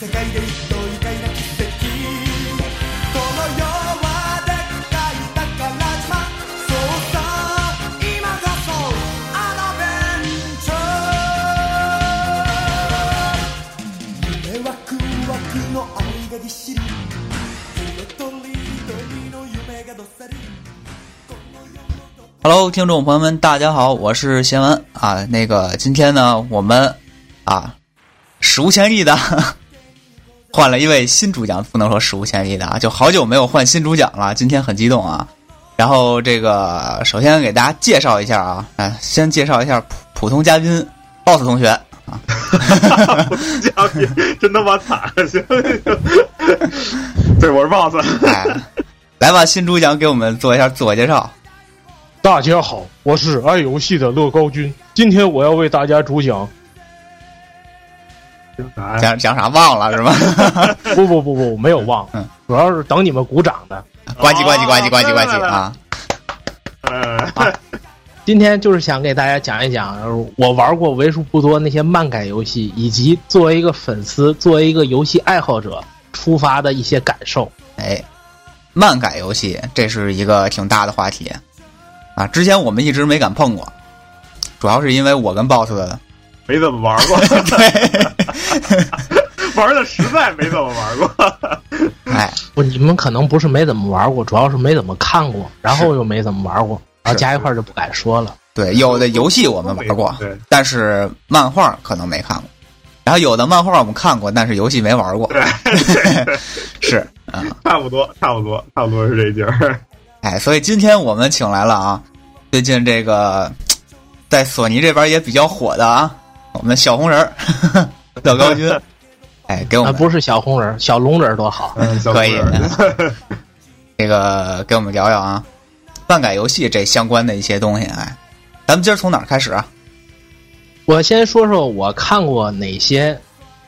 界で一等意外な奇跡この世はでっかい宝島そうさ今こそアドベンチャー夢ワクワクの愛がぎっしり色とりどりの夢がどっさり Hello，听众朋友们，大家好，我是贤文啊。那个，今天呢，我们啊史无前例的 换了一位新主讲，不能说史无前例的啊，就好久没有换新主讲了，今天很激动啊。然后这个首先给大家介绍一下啊，哎，先介绍一下普普通嘉宾 boss 同学，嘉宾真他妈惨！ 对，我 是 boss。哎，来吧，新主讲给我们做一下自我介绍。大家好，我是爱游戏的乐高君，今天我要为大家主 讲，讲讲啥忘了是吧？不不不不，没有忘嗯，主要是等你们鼓掌的。呱唧呱唧呱唧呱唧呱来来唧来啊！今天就是想给大家讲一讲，呃我玩过为数不多那些漫改游戏，以及作为一个粉丝，作为一个游戏爱好者出发的一些感受。哎，漫改游戏这是一个挺大的话题啊，之前我们一直没敢碰过，主要是因为我跟 BOSS 的没怎么玩过，对，玩的实在没怎么玩过。哎，不，你们可能不是没怎么玩过，主要是没怎么看过，然后又没怎么玩过，然后加一块儿就不敢说了。对，有的游戏我们玩过，对但是漫画可能没看过，然后有的漫画我们看过，但是游戏没玩过，对对， 是啊。差不多，差不多，差不多是这劲儿。哎，所以今天我们请来了啊，最近这个在索尼这边也比较火的啊，我们小红人儿 乐高君，哎，给我那们啊不是小红人，小龙人多好。嗯， 小可以伙儿这个给我们聊聊啊，漫改游戏这相关的一些东西。哎，咱们今儿从哪儿开始啊？我先说说我看过哪些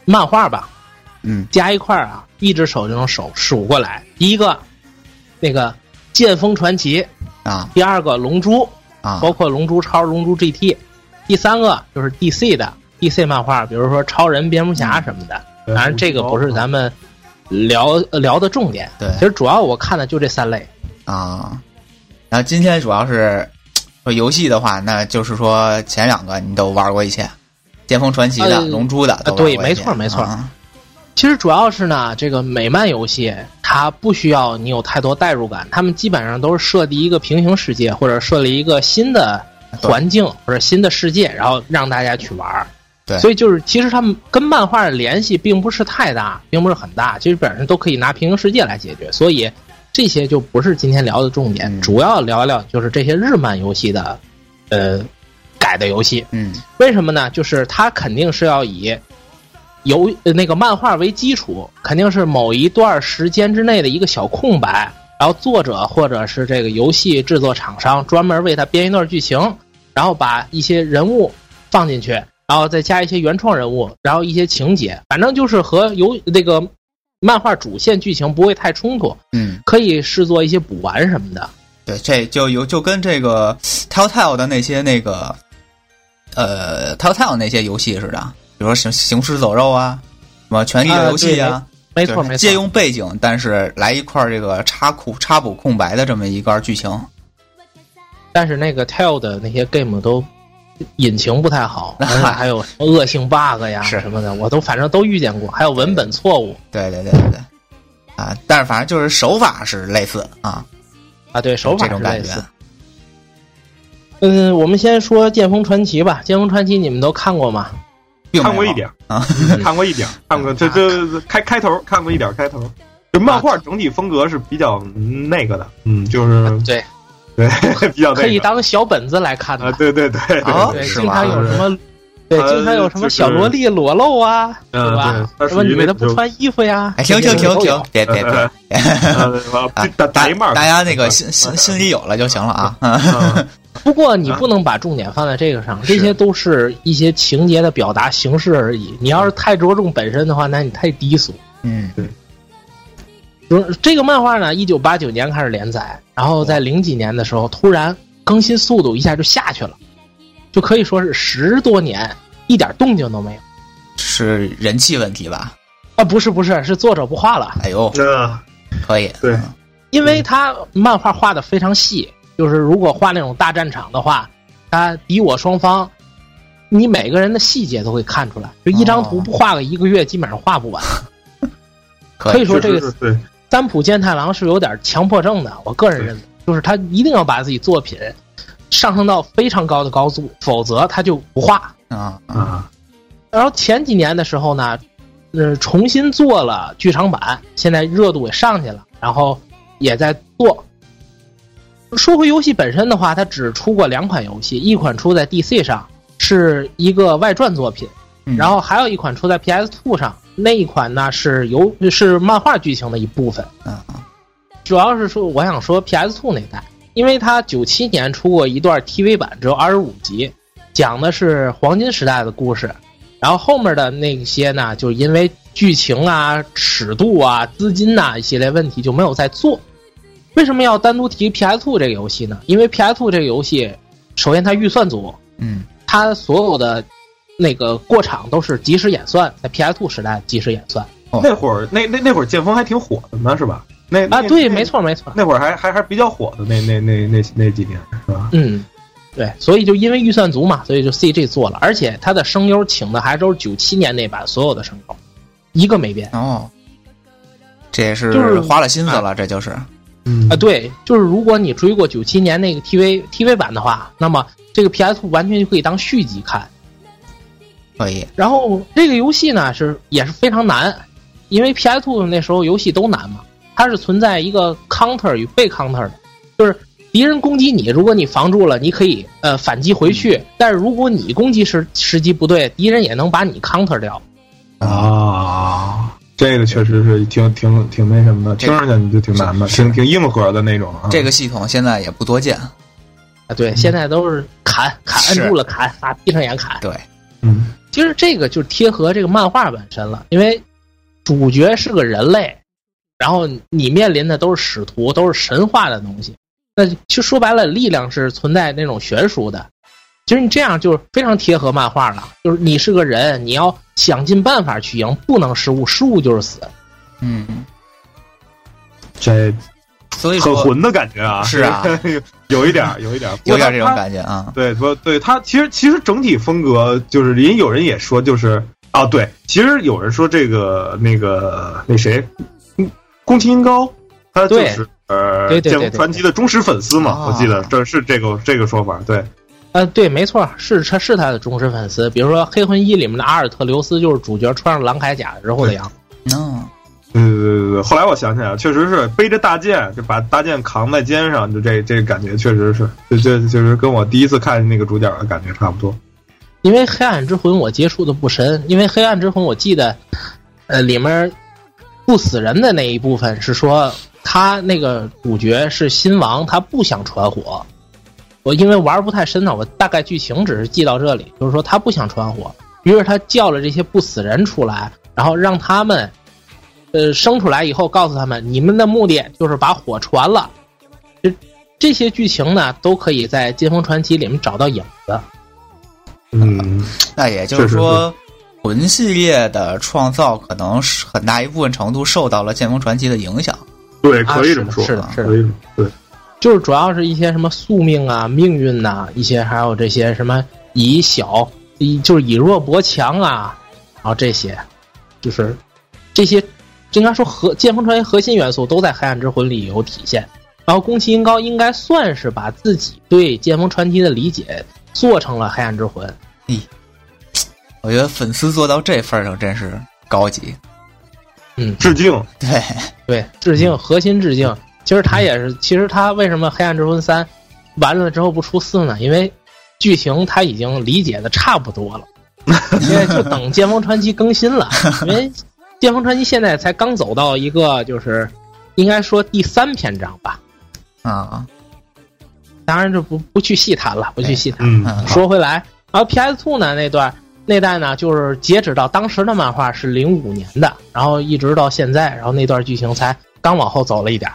漫画吧，嗯，加一块儿啊，一只手就能手数过来。第一个，那个《剑锋传奇》；啊第二个，《龙珠》，啊，包括《龙珠超》《龙珠 GT》；第三个就是 DC 的 DC 漫画，比如说超人、蝙蝠侠什么的。嗯当然，这个不是咱们聊呃聊的重点。对其实主要我看的就这三类。啊，然后今天主要是说游戏的话，那就是说前两个你都玩过一些，《巅峰传奇》的、呃龙珠》的都玩过一些、对没错没错啊其实主要是呢，这个美漫游戏它不需要你有太多代入感，他们基本上都是设立一个平行世界，或者设立一个新的环境或者新的世界，然后让大家去玩儿。对所以就是其实他们跟漫画的联系并不是太大，并不是很大，基本上都可以拿平行世界来解决。所以这些就不是今天聊的重点，嗯主要聊聊就是这些日漫游戏的，呃，改的游戏。嗯，为什么呢？就是它肯定是要以游呃那个漫画为基础，肯定是呃某一段时间之内的一个小空白，然后作者或者是这个游戏制作厂商专门为它编一段剧情，然后把一些人物放进去，然后再加一些原创人物，然后一些情节，反正就是和游那个漫画主线剧情不会太冲突，嗯，可以视作一些补完什么的。对，这就有就跟这个 Telltale 的那些那个，呃，Telltale 那些游戏似的，比如说行行尸走肉啊，什么权力的游戏啊没错，就是没错，借用背景，但是来一块儿这个插库插补空白的这么一段剧情。但是那个 Tell 的那些 game 都引擎不太 好，嗨然后还有什么恶性 bug 呀是什么的，我都反正都遇见过，还有文本错误对对对对对，啊，但是反正就是手法是类似啊，啊，对手法这是种类感似觉。。嗯，我们先说《剑锋传奇》吧，《剑锋传奇》你们都看过吗？并没看过有一点啊， 看过一点，看过这这开开头看过一点开头。就漫画整体风格是比较那个的，嗯，就是对，对， 比较可那以个当小本子来看啊，的。对对对对啊对对，是经吗常有什么。对，呃经常有什么就是小萝莉裸露啊，嗯对吧？对它什么属于女那的种不穿衣服呀？哎，停这停些停都有停，，别 别别呃 呃啊啊，打！大打一骂，大家那个心心心里有了就行了啊。嗯嗯不过你啊不能把重点放在这个上，是这些都是一些情节的表达形式而已。你要是太着重本身的话，那你太低俗。嗯就是这个漫画呢，一九八九年开始连载，然后在零几年的时候突然更新速度一下就下去了，就可以说是十多年一点动静都没有。是人气问题吧？啊，不是不是，是作者不画了，哎呦，那 可以，对嗯因为他漫画画的非常细，就是如果画那种大战场的话，他敌我双方，你每个人的细节都会看出来，就一张图哦不画个一个月，基本上画不完。可可以以，说这确个实是对， 三浦健太郎是有点强迫症的，我个人认为，就是他一定要把自己作品上升到非常高的高度，否则他就不画。啊啊啊，然后前几年的时候呢，呃，重新做了剧场版，现在热度也上去了，然后也在做。说回游戏本身的话，它只出过两款游戏，一款出在 DC 上，是一个外传作品，嗯然后还有一款出在 PS Two 上，那一款呢是游是漫画剧情的一部分。啊啊主要是说我想说 PS Two 那代，因为它九七年出过一段 TV 版，只有二十五集，讲的是黄金时代的故事。然后后面的那些呢，就因为剧情啊、尺度啊、资金呐、一系列问题就没有再做。为什么要单独提 PS Two 这个游戏呢？因为 PS Two 这个游戏，首先它预算足，嗯它所有的那个过场都是即时演算，在 PS Two 时代即时演算那会儿那那那会儿剑锋还挺火的呢，是吧？那啊，那对，那没错没错。那会儿还还还比较火的那那那那那几年是吧？嗯，对，所以就因为预算足嘛，所以就 CG 做了，而且他的声优请的还都是九七年那版所有的声优，一个没变哦，这也就是是花了心思了，这就是嗯啊。对，就是如果你追过九七年那个 TV TV 版的话，那么这个 PS 完全就可以当续集看。可以，然后这个游戏呢是也是非常难，因为 PS Two 那时候游戏都难嘛，它是存在一个 counter 与被 counter 的，就是敌人攻击你，如果你防住了，你可以呃反击回去，但是如果你攻击时时机不对，敌人也能把你 counter 掉。啊，这个确实是挺挺挺那什么的，这听上去你就挺难的，是挺挺硬核的那种啊。这个系统现在也不多见，啊，对，现在都是砍砍是摁住了砍啊，闭上眼砍。对，嗯其实这个就贴合这个漫画本身了，因为主角是个人类，然后你面临的都是使徒，都是神话的东西。那其实说白了，力量是存在那种悬殊的。其实你这样就非常贴合漫画了，就是你是个人，你要想尽办法去赢，不能失误，失误就是死。嗯，这所以很说混的感觉啊，是啊， 有一点儿有一点儿，有点这种觉。感觉啊，对，不，对他其实其实整体风格就是，人有人也说就是啊，对，其实有人说这个那个那谁，嗯宫崎英高，他就对是呃对《对剑锋对对传奇》的忠实粉丝嘛，啊我记得这是这个这个说法，对，呃，对，没错，是他是他的忠实粉丝。比如说《黑魂一》里面的阿尔特留斯就是主角穿上蓝铠甲之后的样子。嗯，对对对对对。后来我想起来了，确实是背着大剑，就把大剑扛在肩上，就这这感觉确实是，这这确实跟我第一次看见那个主角的感觉差不多。因为《黑暗之魂》我接触的不深，因为《黑暗之魂》我记得，呃，里面不死人的那一部分是说他那个主角是新王，他不想传火。我因为玩不太深呢，我大概剧情只是记到这里，就是说他不想传火，于是他叫了这些不死人出来，然后让他们，呃，生出来以后告诉他们，你们的目的就是把火传了。这这些剧情呢，都可以在《金风传奇》里面找到影子。嗯，那也就是是是说。魂系列的创造可能是很大一部分程度受到了《剑锋传奇》的影响，对，啊可以这么说，是的，是的，可以是的这么对。就是主要是一些什么宿命啊、命运呐、一些还有这些什么以小以就是以弱博强啊，然后这些就是这些应该说核剑锋传奇核心元素都在《黑暗之魂》里有体现。然后宫崎英高应该算是把自己对剑锋传奇的理解做成了《黑暗之魂》。我觉得粉丝做到这份儿上真是高级。致敬，对，对，致敬核心致敬。其实他也是，其实他为什么《黑暗之魂三》完了之后不出四呢？因为剧情他已经理解的差不多了，因为就等《剑锋传奇》更新了。因为《剑锋传奇》现在才刚走到一个就是应该说第三篇章吧，啊，当然就不不去细谈了，不去细谈。嗯，嗯说回来，然后 PS Two 呢那段那代呢，就是截止到当时的漫画是零五年的，然后一直到现在，然后那段剧情才刚往后走了一点儿。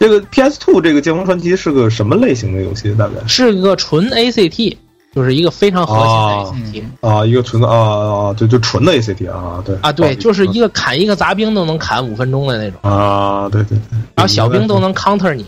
这个 PS Two 这个《剑锋传奇》是个什么类型的游戏？大概是个纯 ACT，就是一个非常核心的 ACT、啊，一个纯的啊啊，啊对，就纯的 ACT 啊，对啊，对，就是一一个砍一个杂兵都能砍五分钟的那种，啊，对对对，然后小兵都能 counter 你。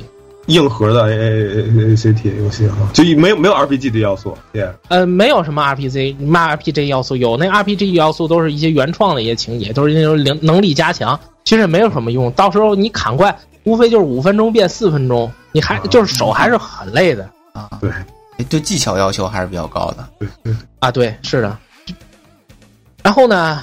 硬核的 A A A A C T 游戏啊，就没有没有 R P G 的要素，对，呃，没有什么 RPG，没 RPG 要素，有那 RPG 要素都是一些原创的一些情节，都是那种能能力加强，其实没有什么用。到时候你砍怪，无非就是五分钟变四分钟，你还啊就是手还是很累的啊，对，对技巧要求还是比较高的。啊。对，是的。然后呢，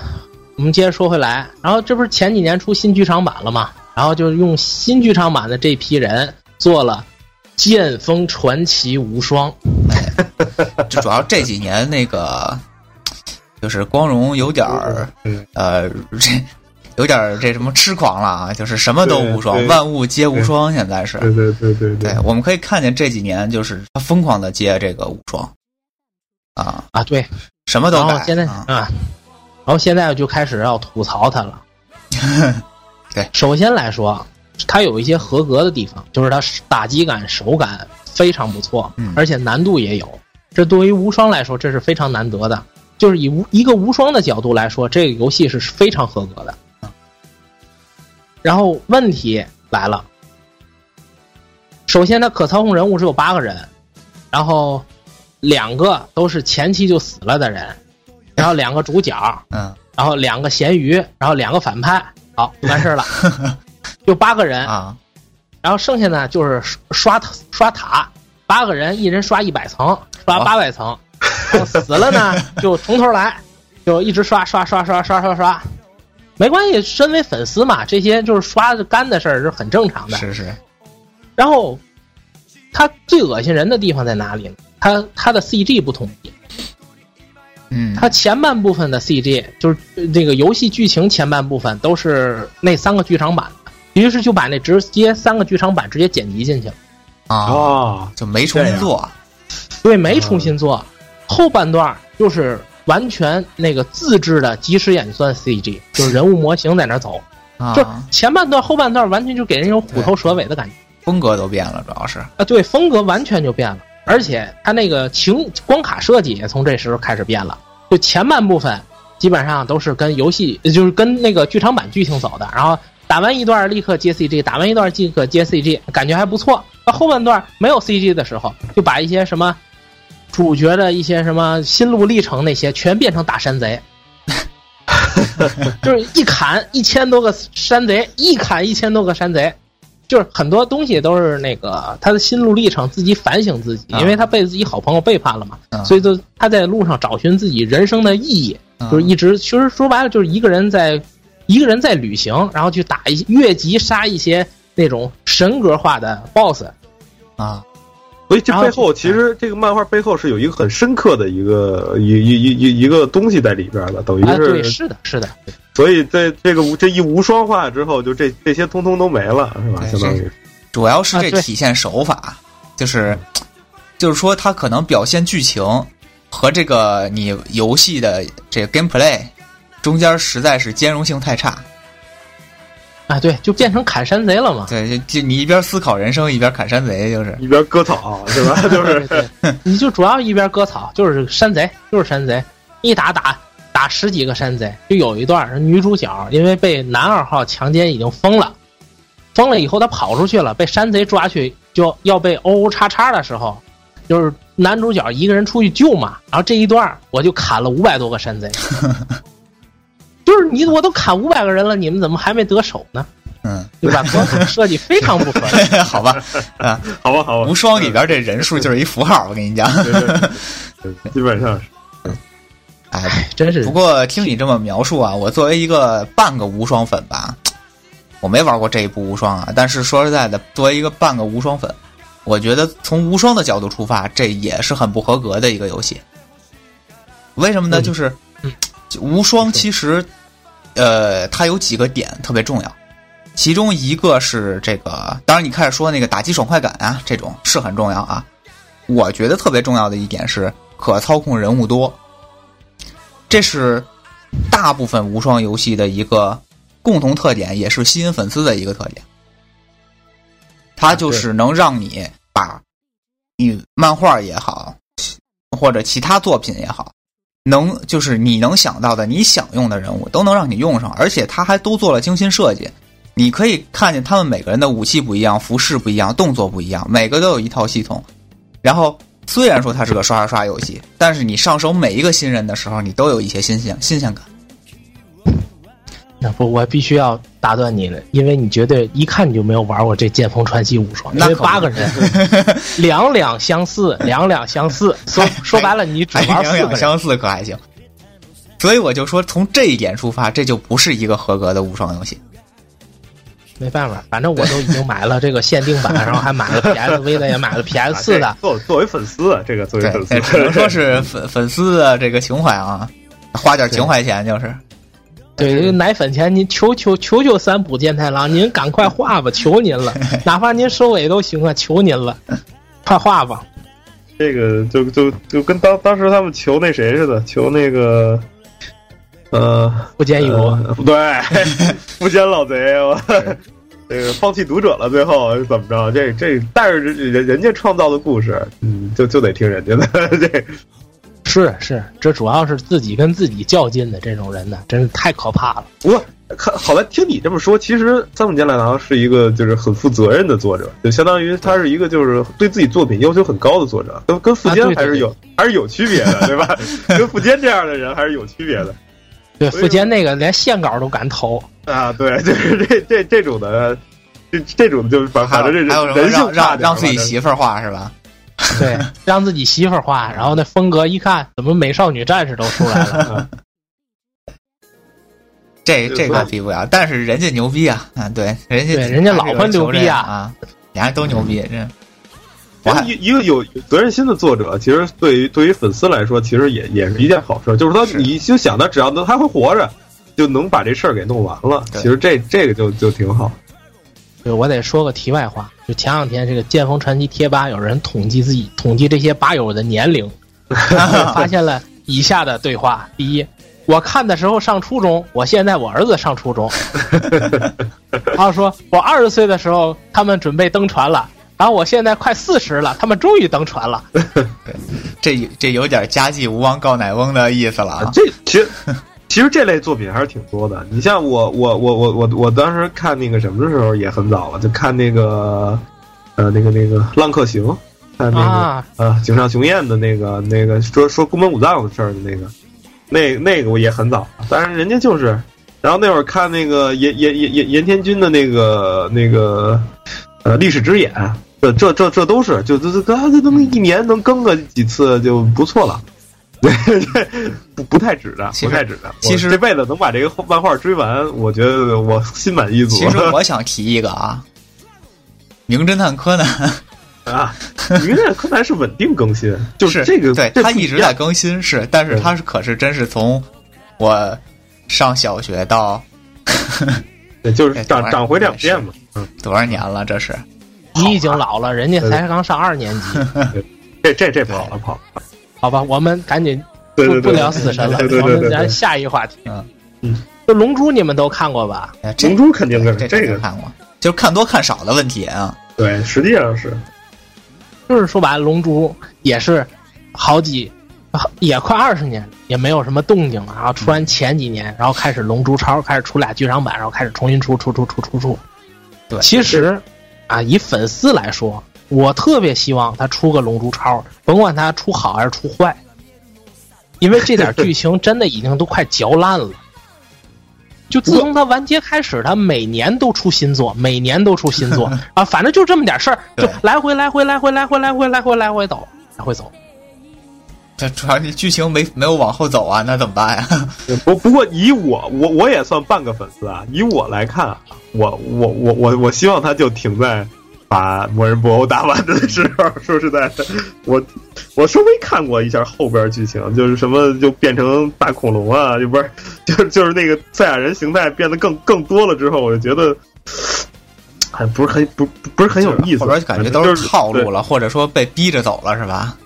我们接着说回来，然后这不是前几年出新剧场版了嘛，然后就是用新剧场版的这批人做了《剑锋传奇无双》。就主要这几年那个，就是光荣有点儿嗯，呃，这有点儿这什么痴狂了啊，就是什么都无双对，对万物皆无双，现在是对。对对对对，我们可以看见这几年就是他疯狂的接这个无双，啊，啊，对，什么都然后改。现在啊然后现在我就开始要吐槽他了。对，首先来说，它有一些合格的地方，就是它打击感、手感非常不错，嗯而且难度也有。这对于无双来说，这是非常难得的。就是以无一个无双的角度来说，这个游戏是非常合格的。然后问题来了，首先它可操控人物只有八个人，然后两个都是前期就死了的人，然后两个主角，嗯 然后两个咸鱼，然后两个反派，好，完事儿了，就八个人，啊，然后剩下呢就是刷刷塔，八个人一人刷一百层，刷好八百层，然后死 了呢就从头来，就一直刷刷刷刷刷刷刷，没关系，身为粉丝嘛，这些就是刷着干的事儿是很正常的。是是，然后，他最恶心人的地方在哪里呢？他他的 CG 不统一，嗯，它前半部分的 CG 就是呃这个游戏剧情前半部分都是那三个剧场版的，于是就把那直接三个剧场版直接剪辑进去了，啊，啊，就没重新做，所以没重新做。后半段就是完全那个自制的即时演算 CG，就是人物模型在那儿走，就啊，前半段后半段完全就给人一种虎头蛇尾的感觉风格都变了，主要是啊，对，风格完全就变了，而且它那个情光卡设计也从这时候开始变了，就前半部分基本上都是跟游戏，呃就是跟那个剧场版剧情走的，然后打完一段立刻接 CG，打完一段立刻接 CG，感觉还不错。到后半段没有 CG 的时候，就把一些什么主角的一些什么心路历程那些全变成打山贼。 就是一砍一千多个山贼，一砍一千多个山贼，就是很多东西都是那个他的心路历程，自己反省自己，啊因为他被自己好朋友背叛了嘛，啊所以就他在路上找寻自己人生的意义，啊就是一直其实说白了就是一个人在一个人在旅行，然后去打一些越级杀一些那种神格化的 BOSS，啊，所以这然后背后其实这个漫画背后是有一个很深刻的一个一一一一一个东西在里边的，等于啊，对，是，是的，是的，所以在这个无这一无双化之后，就这这些通通都没了，是吧？对相当于主要是啊这对体现手法，就是就是说它可能表现剧情和这个你游戏的这个 gameplay 中间实在是兼容性太差。啊，对，就变成砍山贼了嘛。对，就就你一边思考人生一边砍山贼，就是一边割草，是吧？就对是对，对你就主要一边割草，就是山贼，就是山贼，一打打打十几个山贼，就有一段女主角因为被男二号强奸已经疯了，疯了以后她跑出去了，被山贼抓去就要被欧欧叉叉的时候，就是男主角一个人出去救嘛，然后这一段我就砍了五百多个山贼，就是你我都砍五百个人了，你们怎么还没得手呢？嗯， 对吧？光谱设计非常不合理。好吧，啊，好吧，好吧，无双里边这人数就是一符号，我跟你讲。对，对对对对 基本上是哎，真是不过听你这么描述啊，我作为一个半个无双粉吧，我没玩过这一部无双啊。但是说实在的，作为一个半个无双粉，我觉得从无双的角度出发，这也是很不合格的一个游戏。为什么呢？嗯就是嗯就无双其实，呃，它有几个点特别重要，其中一个是这个，当然你开始说那个打击爽快感啊，这种是很重要啊。我觉得特别重要的一点是可操控人物多，这是大部分无双游戏的一个共同特点，也是吸引粉丝的一个特点。它就是能让你把你漫画也好，或者其他作品也好，能就是你能想到的、你想用的人物都能让你用上，而且他还都做了精心设计。你可以看见他们每个人的武器不一样、服饰不一样、动作不一样，每个都有一套系统。然后虽然说它是个刷刷刷游戏，但是你上手每一个新人的时候，你都有一些新鲜新鲜感。那不，我必须要打断你了，因为你绝对一看你就没有玩过这《剑锋传奇无双》，因那为可不八个 人，两两相似，两两相似。说说白了，你只哎，玩两四个两人。相似可还行。所以我就说，从这一点出发，这就不是一个合格的无双游戏。没办法，反正我都已经买了这个限定版，然后还买了 PSV 的，也买了 PS 四的啊。这作作为粉丝，这个作为对那粉，丝，只能说是粉粉丝的这个情怀啊，花点情怀钱 就是。对，这个奶粉钱，您求求求求三浦健太郎，您赶快画吧，求 您了，哪怕您收尾都行啊，求您了，快画吧。 这个就就就跟当当时他们求那谁似的，求那个，呃，不啊建议我。呃对， 不奸老贼， 我这个放弃读者了，最后怎么着？这这，但是人人家创造的故事，嗯，就就得听人家的， 这是是，这主要是自己跟自己较劲的这种人呢，真是太可怕了。不过看好吧，听你这么说，其实三浦健太郎是一个就是很负责任的作者，就相当于他是一个就是对自己作品要求很高的作者，跟跟富啊坚对对还是有、还是有区别的，对吧？跟富坚这样的人还是有区别的对，所以福建那个连线稿都敢投，啊，对，就是这这这种的，这这种就是反反正这啊还有什么是人性让差让点让吧自己这媳妇儿画是吧？对，让自己媳妇儿画，然后那风格一看，怎么美少女战士都出来 了？嗯这对这所个以比不了，但是人家牛逼啊！啊，对，人家对人家老婆牛逼啊啊！啊，俩人都牛逼，这嗯我还一一个有有责任心的作者，其实对于对于粉丝来说，其实也也是一件好事，就是他是你就想他只要能他还活着，就能把这事儿给弄完了。对其实这这个就就挺好。对，我得说个题外话，就前两天这个《剑锋传奇》贴吧有人统计自己统计这些吧友的年龄，发现了以下的对话：第一，我看的时候上初中，我现在我儿子上初中。然后说，我二十岁的时候他们准备登船了，然后我现在快四十了，他们终于登船了。这 这有点家祭吴王告乃翁的意 思了啊！这其实其实这类作品还是挺多的。你像我我我我我我当时看那个什么的时候也很早了，就看那个呃那个那个《浪客行》，看那个、啊呃井上雄彦的那个那个说说宫本武藏的事儿的那个，那那个我也很早了，但是人家就是。然后那会儿看那个岩岩岩岩岩田君的那个那个，呃，历史之眼，这这这这都是就这这啊这能一年能更个几次就不错了， 对，这不不太止的，其不实太止的。其实我这辈子能把这个漫画追完，我觉得我心满意足。其实我想提一个啊，《名侦探柯南》 啊，名侦探柯南是稳定更新， 就是是这个，对这他不一直样在更新，是，但是对他是可是真是从我上小学到 对就是哎长对长回两遍嘛。嗯，多少年了？这是你已经老了，人家才刚上二年级，这这这跑了跑了，好吧？我们赶紧对不对不对，聊死神了对，对我对们对对咱。下一话题嗯。嗯，这龙珠你们都看过吧？哎这龙珠肯定这是这肯定个，看过，就是看多看少的问题啊。对，实际上是就是说白了，龙珠也是好几，也快二十年，也没有什么动静了。然后嗯突然前几年，然后开始龙珠超开始出俩剧场版，然后开始重新出出出出出出。对其实啊，以粉丝来说，我特别希望他出个龙珠超，甭管他出好还是出坏，因为这点 剧情真的已经都快嚼烂了。就自从他完结开始，他每年都出新作，每年都出新 作啊，反正就这么点事儿，对就来回来回来回来回来回来回来回走，来回走。这主要是剧情没没有往后走啊，那怎么办呀？呃不不过以我我我也算半个粉丝啊，以我来看啊，我我我我我希望他就停在把魔人布欧打完的时候。 说实在的，我我稍微看过一下后边剧情，就是什么就变成大恐龙啊，就不是就就是那个赛亚人形态变得更更多了之后，我就觉得。哎，不是很不不是很有意思，后边感觉都就是套对路了，或者说被逼着走了，是吧？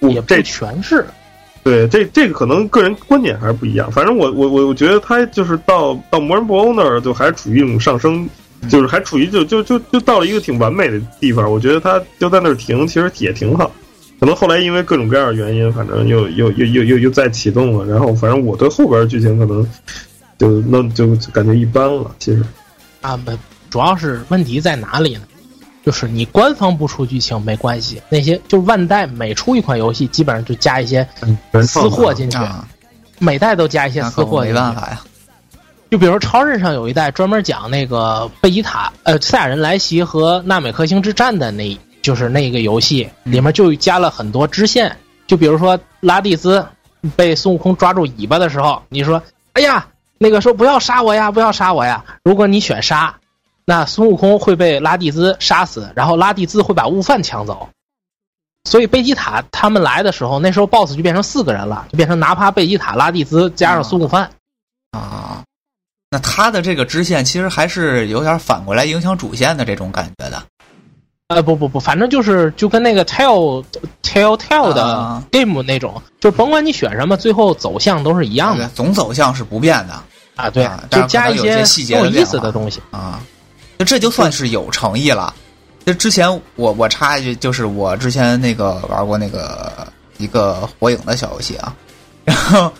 我也不这全是，对，这这个可能个人观点还是不一样。反正我我我我觉得他就是到到魔人布欧那儿，就还处于一种上升，就是还处于就就就就到了一个挺完美的地方。我觉得他就在那儿停，其实也挺好。可能后来因为各种各样的原因，反正又又又又又又再启动了。然后反正我对后边剧情可能就那就就感觉一般了。其实啊，不，主要是问题在哪里呢？就是你官方不出剧情没关系，那些就是万代每出一款游戏，基本上就加一些嗯原私创货的进去，啊，每代都加一些那私可我货没进办去。法呀。就比如超任上有一代专门讲那个贝吉塔呃赛亚人来袭和纳美克星之战的那，就是那个游戏里面就加了很多支线，就比如说拉蒂斯被孙悟空抓住尾巴的时候，你说哎呀那个说不要杀我呀，不要杀我呀，如果你选杀，那孙悟空会被拉蒂兹杀死，然后拉蒂兹会把悟饭抢走。所以贝吉塔他们来的时候，那时候 BOSS 就变成四个人了，就变成拿帕、贝吉塔、拉蒂兹加上孙悟饭。啊，那他的这个支线其实还是有点反过来影响主线的这种感觉的。呃，不不不，反正就是就跟那个 tell tell tell 的啊 game 那种，就是甭管你选什么，最后走向都是一啊样的总走向是不变的啊。对啊，但就是加可能一有一些细节更有的意变思化的东西。啊。那这就算是有诚意了。就之前我我插一句，就是我之前那个玩过那个一个火影的小游戏啊，然后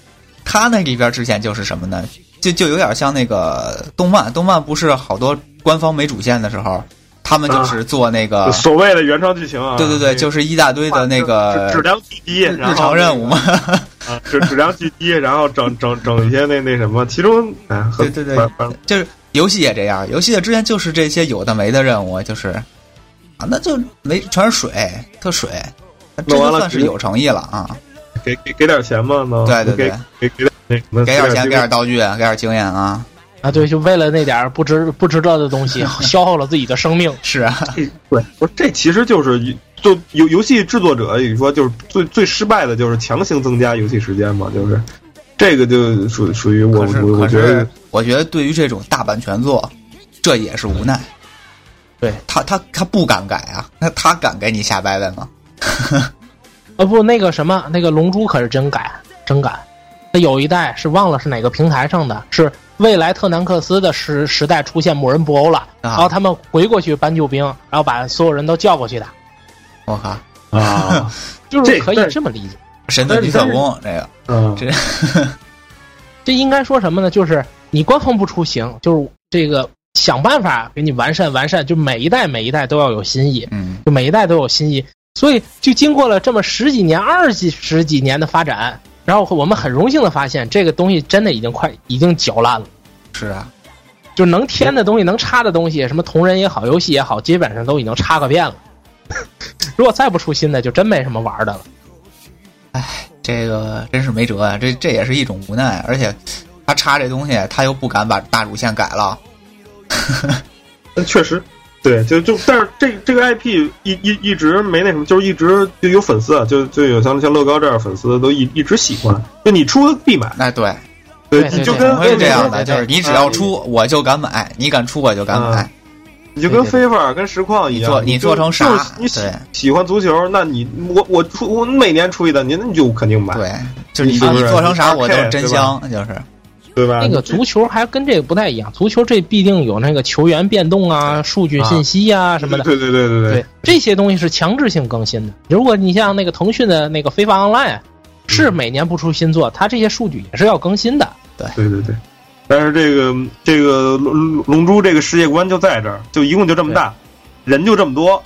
它那里边之前就是什么呢？就就有点像那个动漫，动漫不是好多官方没主线的时候，他们就是做那个，所谓的原创剧啊情啊。对对对，就是是一大堆的那个质质量巨低，日然后日常任务嘛，啊，质质量巨低，然后整整整一些那那什么，其中哎，对对对反反正就是游戏也这样，游戏的之前就是这些有的没的任务，就是啊，那就没全是水，特水，那这弄完就了算是直有诚意了啊！给给给点钱嘛，能对对对，给给给点那什么，给点钱，经给点道具，给点经验啊！啊，对，就为了那点儿不值不值得的 东西，消耗了自己的生命。是啊，对，不是这其实就是一就游游戏制作者，你说就是最最失败的就是强行增加游戏时间嘛，就是这个就属属于我可是我我可觉得是，我觉得对于这种大版权作，这也是无奈。对他，他他不敢改啊，那他敢给你瞎掰掰吗？ 啊，不，那个什么，那个龙珠可是真改，真改。那有一代是忘了是哪个平台上的，是未来特南克斯的时时代出现某人布啊欧了，然后他们回过去搬救兵，然后把所有人都叫过去的，我靠， 啊，就是这可但以是这么理解。神盾局特工这个，嗯，这这应该说什么呢？就是你官方不出行，就是这个想办法给你完善完善，就每一代每一代都要有新意，嗯，就每一代都有新意。所以就经过了这么十几年、二十几十几年的发展，然后我们很荣幸的发现，这个东西真的已经快已经嚼烂了，是啊，就能添的东西、能插的东西，什么同人也好、游戏也好，基本上都已经插个遍了。如果再不出新的，就真没什么玩的了。这个真是没辙啊，这这也是一种无奈，而且他插这东西，他又不敢把大主线改了。 但确实。对，就就但是这这个 IP 一一一直没那什么，就是一直就有粉丝，啊，就就有像像乐高这样的粉丝都一一直喜欢，就你出必买，哎，对，对，对对就对跟总会这样对对的，对就是你只要出，我就敢买；你敢出，我就敢买。你就跟对对非法跟实况一你做样，你就做成啥就是你喜对喜欢足球，那你我我出我每年出一单，你那你就肯定买，对，就是你是不你是做成啥，你我都 2K 真对吧香，就是对吧？那个足球还跟这个不太一样，足球这必定有那个球员变动啊、数据信息呀、什么的。对对对对对，这些东西是强制性更新的。如果你像那个腾讯的那个《非法 Online》，是每年不出新作，它这些数据也是要更新的。对对对。但是这个这个龙龙珠这个世界观就在这儿，就一共就这么大，人就这么多。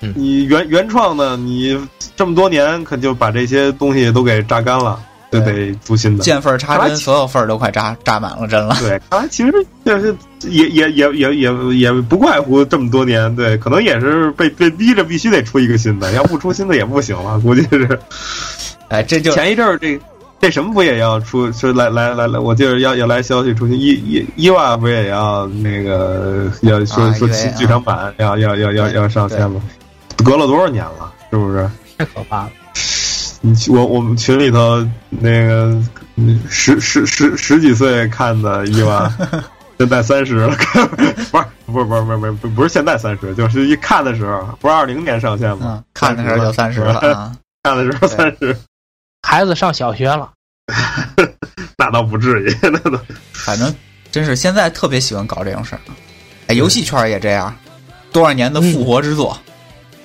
嗯你原原创的，你这么多年可就把这些东西都给榨干了，就得出新的。见缝儿插看针，来所有缝儿都快扎扎满了针 了。对，看来其实就是也也也也也也不怪乎这么多年，对，可能也是被被逼着必须得出一个新的，要不出新的也不行了，估计是。哎，这 就前一阵儿这这什么不也要出？是来来来来，我记得要要来消息出新，伊伊伊娃不也要那个要说、啊说伊娃新啊剧场版要要要要要上线了，隔了多少年了，是不是？太可怕了！你我我们群里头那个嗯十十十十几岁看的伊娃，现在三十了，看不是不是不是不是不是不是现在三十，就是一看的时候，不是二零年上线吗嗯？，看的时候就三十了啊。看的时候三十，孩子上小学了，那倒不至于，那倒反正真是现在特别喜欢搞这种事儿。哎，游戏圈儿也这样，多少年的复活之作，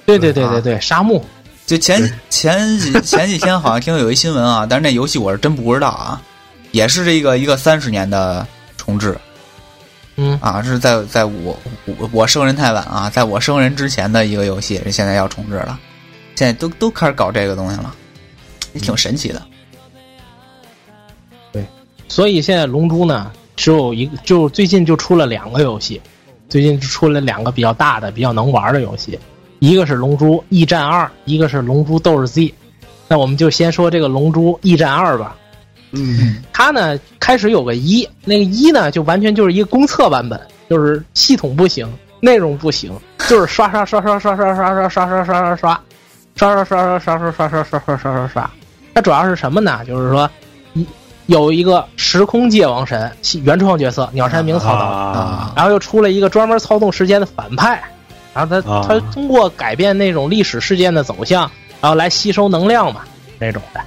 对对对对对，沙漠啊就前对 前几前几天好像听说有一新闻啊，但是那游戏我是真不知道啊，也是这个一个三十年的重置嗯，啊，是在在我我我生人太晚啊，在我生人之前的一个游戏，这现在要重置了，现在都都开始搞这个东西了，也嗯挺神奇的。所以现在龙珠呢，只有一个，就最近就出了两个游戏，最近就出了两个比较大的、比较能玩的游戏，一个是《龙珠驿站二》，一个是《龙珠斗士 Z》。那我们就先说这个《龙珠驿站二》吧。嗯，它呢开始有个一，那个一呢就完全就是一个公测版本，就是系统不行，内容不行，就是刷刷刷刷刷刷刷刷刷刷刷刷刷刷刷刷刷刷刷刷刷刷刷刷刷。它主要是什么呢？就是说，一有一个时空界王神原创角色鸟山明操刀，啊啊，然后又出了一个专门操纵时间的反派，然后他、啊他通过改变那种历史事件的走向，然后来吸收能量嘛，那种的。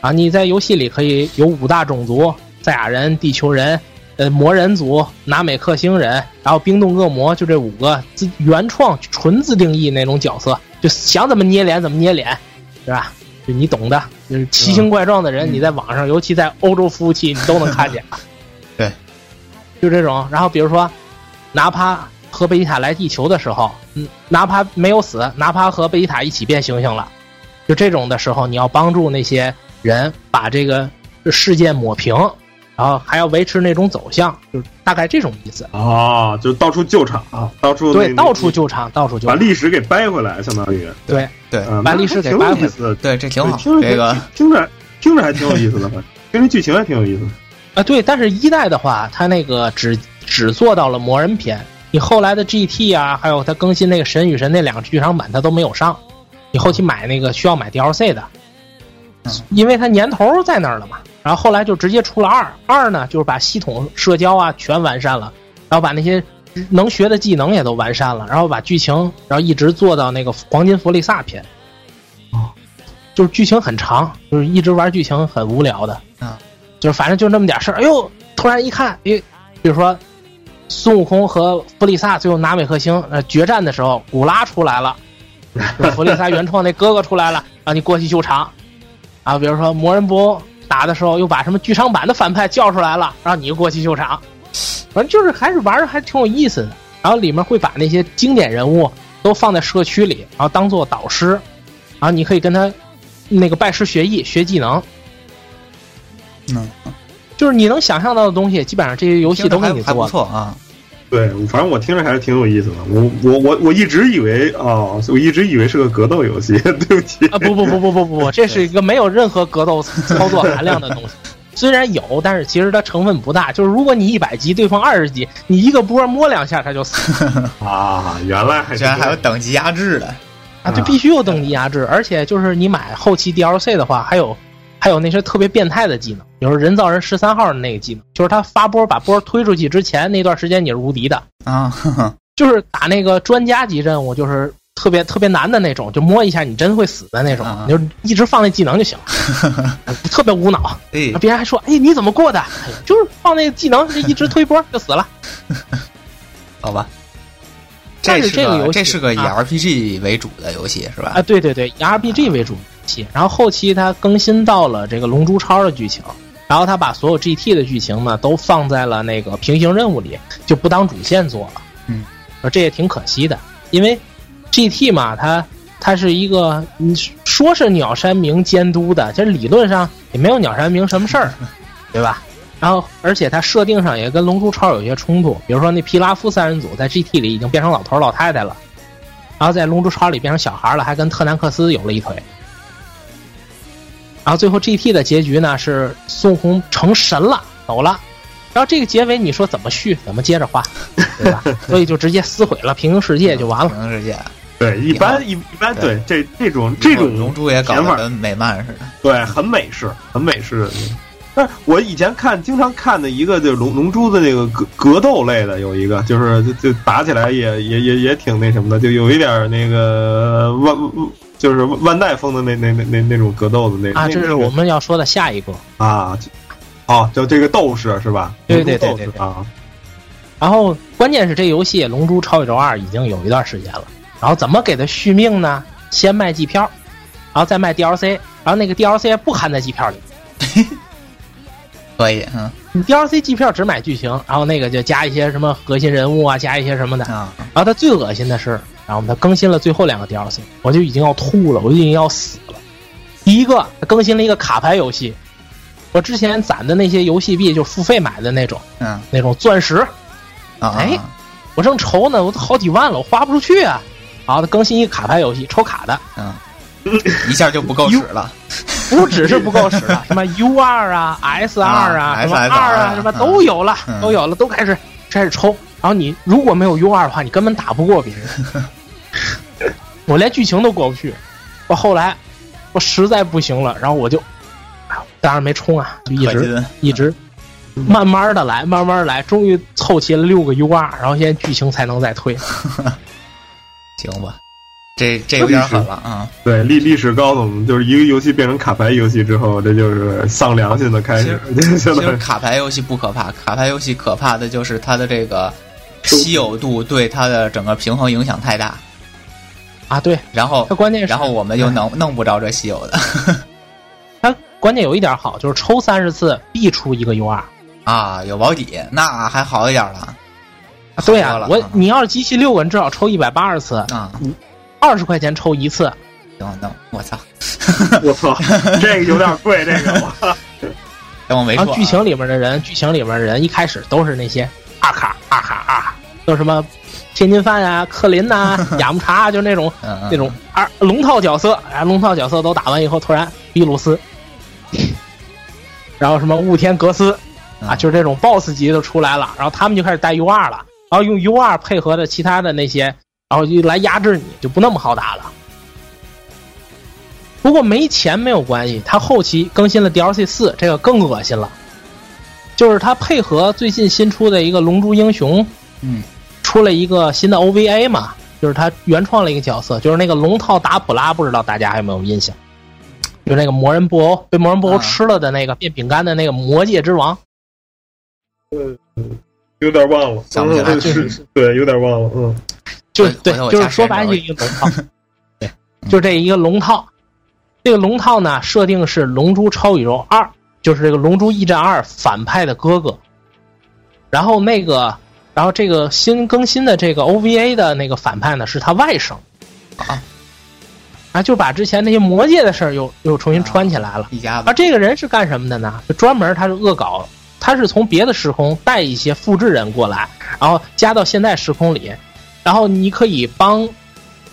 啊，你在游戏里可以有五大种族：赛亚人、地球人、呃魔人族、南美克星人，然后冰冻恶魔，就这五个自原创纯自定义那种角色，就想怎么捏脸怎么捏脸，对吧？就你懂的，就是奇形怪状的人，嗯你在网上，尤其在欧洲服务器，你都能看见。 对，就这种。然后比如说，拿帕和贝吉塔来地球的时候，嗯，拿帕没有死，拿帕和贝吉塔一起变猩猩了。就这种的时候，你要帮助那些人把这个事件抹平，然后还要维持那种走向，就是大概这种意思。啊，就到处救场，啊，到处那对，个到处救场，到处救把场。历史给掰回来，相当于，对，对嗯，把那历史还给挺掰有回意来思的，对，这挺好，对听着这个听着听着还挺有意思的， 听着剧情还挺有意思的。啊，对，但是一代的话，它那个只只做到了魔人篇，你后来的 GT 啊，还有它更新那个神与神那两个剧场版，它都没有上。你后期买那个需要买 DLC 的嗯，因为它年头在那儿了嘛。然后后来就直接出了二，二呢就是把系统社交啊全完善了，然后把那些能学的技能也都完善了，然后把剧情，然后一直做到那个黄金弗利萨篇。哦，就是剧情很长，就是一直玩剧情很无聊的啊，就是反正就那么点事儿。哎呦，突然一看，哎，比如说孙悟空和弗利萨最后拿美克星呃决战的时候，古拉出来了，就是弗利萨原创那哥哥出来了，让你过去救场啊。比如说魔人布欧打的时候，又把什么剧场版的反派叫出来了，让你过去救场。反正就是还是玩的还挺有意思的。然后里面会把那些经典人物都放在社区里，然后当做导师，然后你可以跟他那个拜师学艺、学技能。嗯，就是你能想象到的东西，基本上这些游戏听都着还给你还做不了。错啊，对，反正我听着还是挺有意思的。我我我我一直以为哦，我一直以为是个格斗游戏， 对不起。啊，不不不不不不不，这是一个没有任何格斗操作含量的东西。 虽然有，但是其实它成分不大。就是如果你一百级，对方二十级，你一个波摸两下他 就死啊，原来还是居然还有等级压制的，啊，就必须有等级压制。而且就是你买后期 DLC 的话，还有还有那些特别变态的技能，比如人造人十三号的那个技能，就是他发波把波推出去之前那段时间你是无敌的。啊，呵呵就是打那个专家级任务，就是特别特别难的那种，就摸一下你真会死的那种，啊你就一直放那技能就行了，特别无脑。哎，别人还说：“哎，你怎么过的？”哎呦就是放那个技能，就一直推波就死了。好吧。但这是是这个游戏这是个以啊 RPG 为主的游戏是吧？啊，对对对，以 RPG 为主系，然后后期它更新到了这个《龙珠超》的剧情，然后它把所有 GT 的剧情呢都放在了那个平行任务里，就不当主线做了。嗯，而这也挺可惜的，因为 GT 嘛，它它是一个你说是鸟山明监督的，这理论上也没有鸟山明什么事儿，对吧？然后，而且它设定上也跟《龙珠超》有一些冲突，比如说那皮拉夫三人组在 GT 里已经变成老头儿老太太了，然后在《龙珠超》里变成小孩了，还跟特南克斯有了一腿。然后最后 GT 的结局呢是孙悟空成神了，走了。然后这个结尾你说怎么续，怎么接着画，对吧？所以就直接撕毁了平行世界就完了。平行世界，对，一般一一般对这这种这种龙珠也搞想法得跟美漫似的。对，很美式，很美式的那种。但是我以前看，经常看的一个就是龙龙珠的那个格格斗类的，有一个就是就就打起来也也也也挺那什么的，就有一点那个万就是万代风的那那那那那种格斗的那啊，那这是那我种们要说的下一个。啊，就哦，就这个斗士是吧？对对对龙珠斗士对对啊，然后关键是这游戏《龙珠超宇宙二》已经有一段时间了，然后怎么给它续命呢？先卖季票，然后再卖 DLC，然后那个 DLC 不含在机票里，可以，嗯你 DLC 机票只买剧情，然后那个就加一些什么核心人物啊，加一些什么的。啊，然后它最恶心的是，然后它更新了最后两个 DLC，我就已经要吐了，我就已经要死了。第一个，它更新了一个卡牌游戏，我之前攒的那些游戏币，就付费买的那种，嗯啊那种钻石，啊，哎我正愁呢，我都好几万了，我花不出去啊。然后它更新一个卡牌游戏，抽卡的，嗯，一下就不够使了，不只是不够使 了，什么 U 二啊、S 二啊什么 SSR 二啊啊，什么嗯都有了，嗯都有了，都开始开始抽。然后你如果没有 U 二的话，你根本打不过别人。 我连剧情都过不去，我后来我实在不行了，然后我就，啊当然没冲啊，就一可直劲，一直慢慢的来，慢慢地来，终于凑齐了六个 U 二，然后现在剧情才能再推。行吧，这这有点狠了啊，对，历历史告诉我们，就是一个游戏变成卡牌游戏之后，这就是丧良心的开始。现 其实在卡牌游戏不可怕，卡牌游戏可怕的就是它的这个稀有度对它的整个平衡影响太大，啊，对，然后它关键是，然后我们又弄弄不着这稀有的 它关键有一点好，就是抽三十次必出一个 U 二。啊，有保底那还好一点了啊好对多呀、了我啊你要是集齐六个人，至少抽一百八十次，啊，二十块钱抽一次。行，那我操，我操，这个有点贵，这个 我当我没 然说后啊，剧情里面的人，剧情里面的人一开始都是那些二卡二卡二卡，就什么天津饭呀、克林呐、雅木茶啊，就是那种嗯嗯那种二哎龙套角色，然后龙套角色都打完以后，突然比鲁斯， 然后什么雾天格斯啊，嗯就是这种 BOSS 级的出来了，然后他们就开始带 U 二了，然后用 U 二配合着其他的那些，然后就来压制你，就不那么好打了。不过没钱没有关系，他后期更新了 DLC 四，这个更恶心了，就是他配合最近新出的一个《龙珠英雄》，嗯，出了一个新的 OVA 嘛，就是他原创了一个角色，就是那个龙套达普拉，不知道大家还有没有印象？就是那个魔人布欧被魔人布欧啊吃了的那个变饼干的那个魔界之王，有点忘了，想不起来嗯是，是对，有点忘了，嗯。就回对回头，我就加是说时间嗯白了聊就一一个龙 套，对，就这一个龙套。这个龙套呢，设定是《龙珠超宇宙二》，就是这个《龙珠一战二》反派的哥哥。然后那个，然后这个新更新的这个 OVA 的那个反派呢，是他外甥。啊，啊，就把之前那些魔界的事儿又又啊重新穿起来了。一家子而这个人是干什么的呢？就专门他是恶搞，他是从别的时空带一些复制人过来，然后加到现在时空里，然后你可以帮，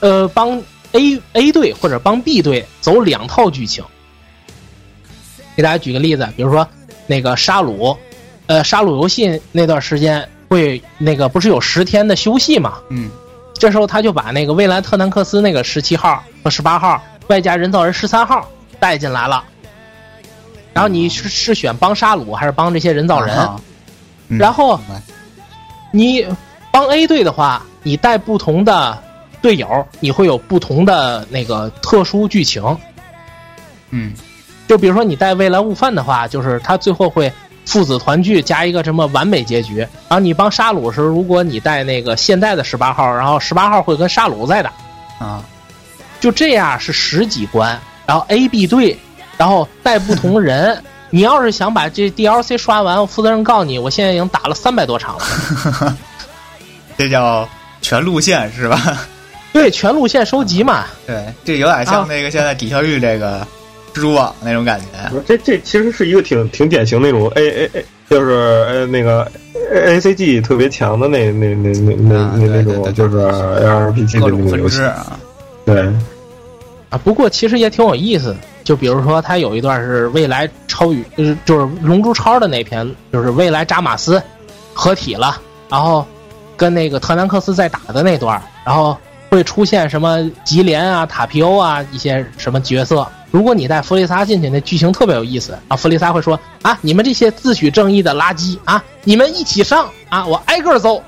呃，帮 A A 队或者帮 B 队走两套剧情。给大家举个例子，比如说那个沙鲁，呃，沙鲁游戏那段时间会那个不是有十天的休息嘛？嗯这时候他就把那个未来特南克斯那个十七号和十八号，外加人造人十三号带进来了。然后你是是选帮沙鲁还是帮这些人造人？啊嗯然后明白你帮 A 队的话，你带不同的队友，你会有不同的那个特殊剧情。嗯就比如说你带未来悟饭的话，就是他最后会父子团聚加一个什么完美结局。然后你帮沙鲁时，如果你带那个现代的十八号，然后十八号会跟沙鲁再打。啊就这样是十几关，然后 A、B 队，然后带不同人。你要是想把这 DLC 刷完，我负责人告诉你，我现在已经打了三百多场了。这叫全路线是吧？ 对，全路线收集嘛，对，这有点像那个现在底特律这个蜘蛛网那种感觉。这这其实是一个挺挺典型那种 A A A，就是呃那个 A C G 特别强的那那那那啊那那那种，就是 L R P G 的各那种种分游戏支。啊，对，啊，不过其实也挺有意思的。就比如说，它有一段是未来超宇，呃就是《龙珠超》的那篇，就是未来扎马斯合体了，然后跟那个特南克斯在打的那段，然后会出现什么吉莲啊、塔皮欧啊一些什么角色。如果你带弗利萨进去，那剧情特别有意思啊！弗利萨会说啊，你们这些自诩正义的垃圾啊，你们一起上啊，我挨个儿揍。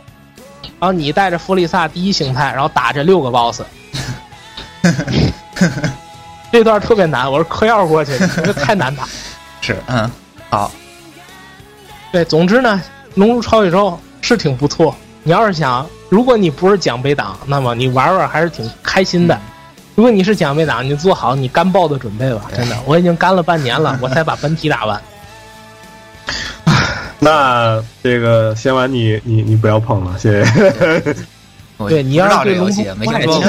然后你带着弗利萨第一形态，然后打这六个 BOSS，这段特别难，我是嗑药过去的，这太难打。是嗯，好，对，总之呢，《龙珠超宇宙》是挺不错。你要是想，如果你不是奖杯党，那么你玩玩还是挺开心的；嗯如果你是奖杯党，你做好你干爆的准备吧，真的，我已经干了半年了，我才把本体打完。那这个先玩你你你不要碰了，谢谢。 我对你要不知道是这对游龙戏珠，没不听太说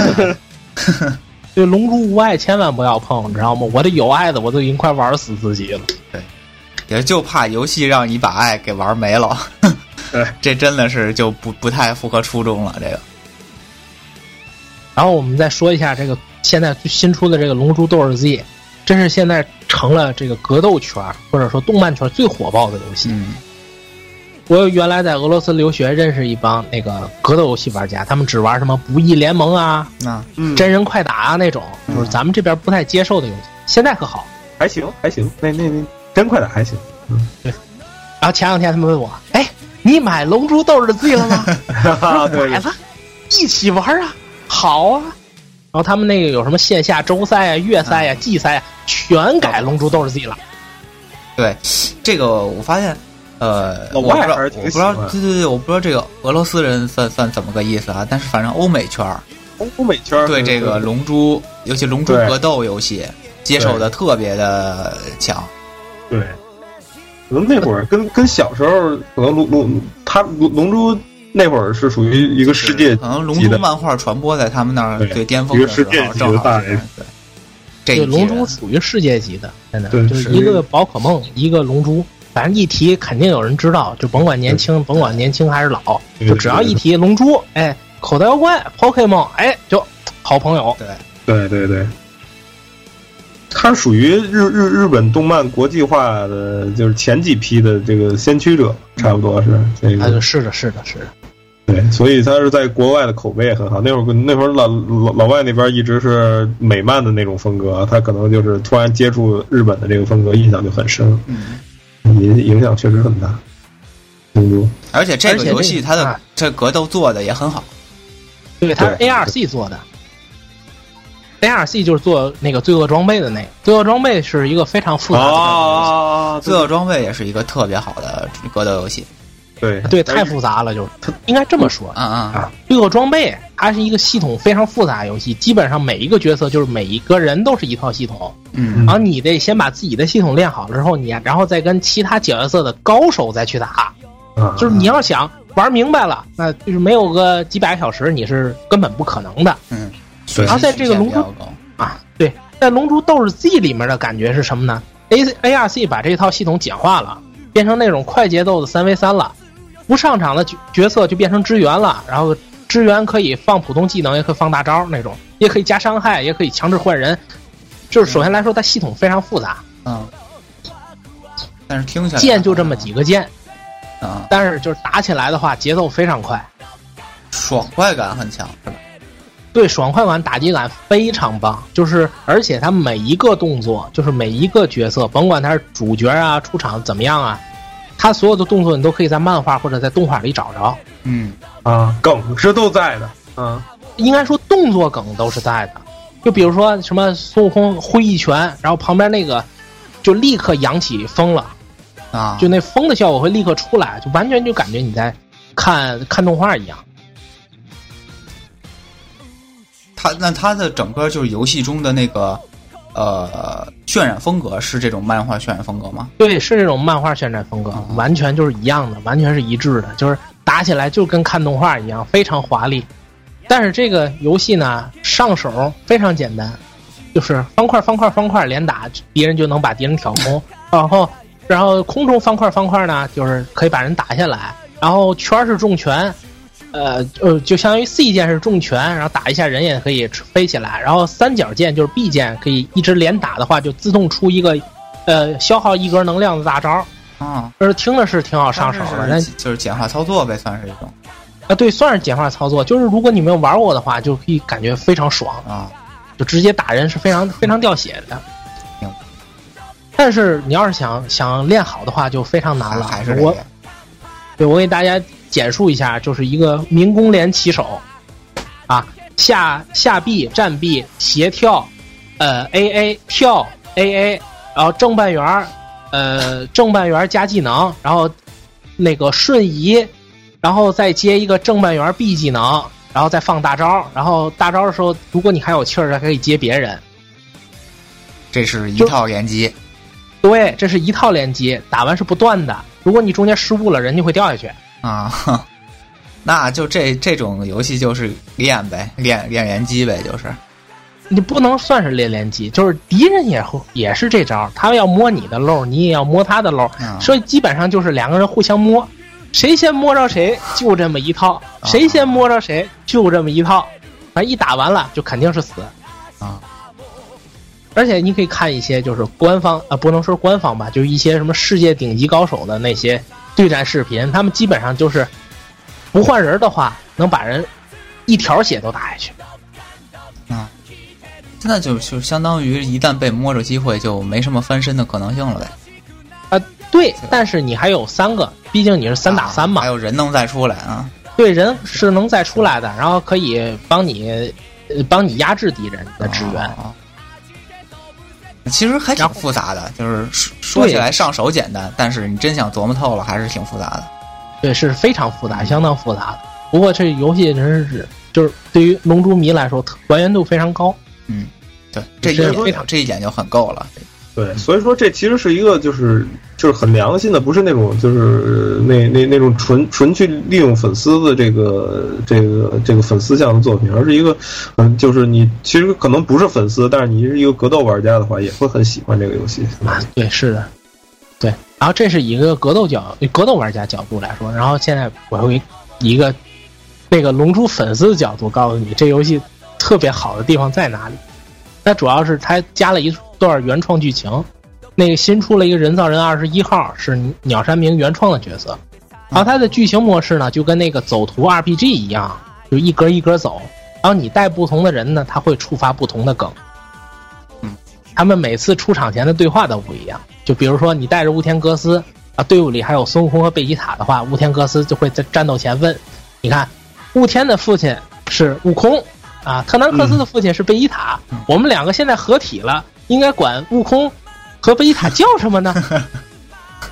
过。对龙珠无爱千万不要碰，你知道吗？我这有爱的我都已经快玩死自己了。也就怕游戏让你把爱给玩没了 对， 这真的是就不不太符合初衷了。这个然后我们再说一下这个现在最新出的这个《龙珠斗士 Z》，真是现在成了这个格斗圈儿或者说动漫圈儿最火爆的游戏。嗯我原来在俄罗斯留学，认识一帮那个格斗游戏玩家，他们只玩什么《不义联盟》啊、啊嗯，真人快打啊那种，就是咱们这边不太接受的游戏。现在可好，还行还行，那那那真快打还 行。然后前两天他们问我：“哎，你买《龙珠斗士 Z》了吗？”哈哈， 对 买吧，一起玩啊，好啊。然后他们那个有什么线下周赛啊、月赛啊、季赛啊，全改《龙珠斗士 Z》了。对，这个我发现，呃，老我外不知道，还我是不挺知喜道欢，对对对，我不知道这个俄罗斯人算算怎么个意思啊？但是反正欧美圈儿欧欧美圈儿对这个龙珠，尤其龙珠嗯对格斗游戏接受的特别的强。对，可能那会儿跟跟小时候可能龙龙他龙龙珠那会儿是属于一个世界可能龙级珠的漫画传播在他们那儿对最巅峰的时候，一个世界级的正好大是 S 对这一对，批龙珠人属于世界级的，真的对就是是一个宝可梦，一个龙珠，反正一提肯定有人知道，就甭管年轻，甭管年轻还是老，对就只要一提龙珠，哎，口袋妖怪、Pokemon，哎，就好朋友。对对对对，它是属于日日日本动漫国际化的，就是前几批的这个先驱者，差不多是这啊，就个。是的，是的，是的，对，所以它是在国外的口碑也很好。那会儿那会儿老老老外那边一直是美漫的那种风格，他可能就是突然接触日本的这个风格，印象就很深，嗯，影影响确实很大。龙珠，而且这而个且游这戏个它的啊这格斗做的也很好。对，它是对 ARC 做的。ARC 就是做那个罪恶装备的那个，罪恶装备是一个非常复杂的哦这种游戏。啊，罪恶装备也是一个特别好的格斗游戏。对对，太复杂了，就是应该这么说。嗯啊嗯，罪恶啊装备它是一个系统非常复杂的游戏，基本上每一个角色就是每一个人都是一套系统，嗯然后你得先把自己的系统练好了之后，你啊然后再跟其他角色的高手再去打。啊，就是你要想玩明白了，那就是没有个几百个小时你是根本不可能的嗯，对啊然后在这极个限龙比珠较高啊。对，在《龙珠斗士 Z》里面的感觉是什么呢？A A R C 把这套系统简化了，变成那种快节奏的三 v 三了，不上场的角角色就变成支援了，然后支援可以放普通技能，也可以放大招那种，也可以加伤害，也可以强制换人。就是首先来说，它系统非常复杂，嗯，但是听起来键就这么几个键，啊，但是就是打起来的话，节奏非常快，爽快感很强，是吧？对爽快感、打击感非常棒。就是而且他每一个动作，就是每一个角色，甭管他是主角啊、出场怎么样啊，他所有的动作你都可以在漫画或者在动画里找着。嗯，啊，梗是都在的，啊，应该说动作梗都是在的，就比如说什么孙悟空挥一拳，然后旁边那个就立刻扬起风了，啊，就那风的效果会立刻出来，就完全就感觉你在看看动画一样。它那它的整个就是游戏中的那个呃渲染风格是这种漫画渲染风格吗？对，是这种漫画渲染风格啊，完全就是一样的，完全是一致的，就是打起来就跟看动画一样，非常华丽。但是这个游戏呢，上手非常简单，就是方块方块方块连打，敌人就能把敌人挑空，然后然后空中方块方块呢，就是可以把人打下来，然后圈儿是重拳。呃呃，就相当于 C 键是重拳，然后打一下人也可以飞起来，然后三角键就是 B 键，可以一直连打的话，就自动出一个呃，消耗一格能量的大招，啊，就是听着是挺好上手的，但但啊是就是简化操作呗，算是一种啊对，算是简化操作。就是如果你没有玩过的话，就可以感觉非常爽，啊，就直接打人是非常非常掉血的行。但是你要是想想练好的话，就非常难还了。还是这我个对我给大家简述一下，就是一个民工连骑手，啊，下下臂、站臂、斜跳，呃，A A 跳 A A，然后正半圆儿，呃，正半圆儿加技能，然后那个瞬移，然后再接一个正半圆儿 B 技能，然后再放大招，然后大招的时候，如果你还有气儿，还可以接别人。这是一就套连击，对，这是一套连击，打完是不断的。如果你中间失误了，人就会掉下去。啊， 哼那就这这种游戏就是练呗，练练连击呗，就是你不能算是练连击，就是敌人也会也是这招，他要摸你的漏，你也要摸他的漏，嗯所以基本上就是两个人互相摸，谁先摸着谁就这么一套，谁先摸着谁就这么一套，反正一打完了就肯定是死啊。而且你可以看一些就是官方啊、呃不能说官方吧，就是一些什么世界顶级高手的那些对战视频，他们基本上就是不换人的话，能把人一条血都打下去。现在就就相当于一旦被摸着机会，就没什么翻身的可能性了呗。对，但是你还有三个，毕竟你是三打三啊嘛还，有人能再出来啊？对人是能再出来的，然后可以帮你，呃帮你压制敌人的支援。哦其实还挺然后复杂的，就是说说起来上手简单，但是你真想琢磨透了，还是挺复杂的。对，是非常复杂，相当复杂的。不过这游戏真是就是对于龙珠迷来说，特还原度非常高。嗯，对，这一是非点常这一点就很够了。对，所以说这其实是一个就是就是很良心的，不是那种就是那那那种纯纯去利用粉丝的这个这个这个粉丝向的作品，而是一个嗯，就是你其实可能不是粉丝，但是你是一个格斗玩家的话，也会很喜欢这个游戏。嗯啊，对，是的，对。然后这是一个格斗角、格斗玩家角度来说，然后现在我会以一个那个龙珠粉丝的角度告诉你，这游戏特别好的地方在哪里。那主要是它加了一段原创剧情，那个新出了一个人造人二十一号，是鸟山明原创的角色。然后它的剧情模式呢，就跟那个走图 RPG 一样，就一格一格走。然后你带不同的人呢，它会触发不同的梗。他们每次出场前的对话都不一样。就比如说你带着乌天格斯啊，队伍里还有孙悟空和贝吉塔的话，乌天格斯就会在战斗前问：“你看，雾天的父亲是悟空啊，特南克嗯斯的父亲是贝吉塔，我们两个现在合体了，应该管悟空和贝吉塔叫什么 呢？”啊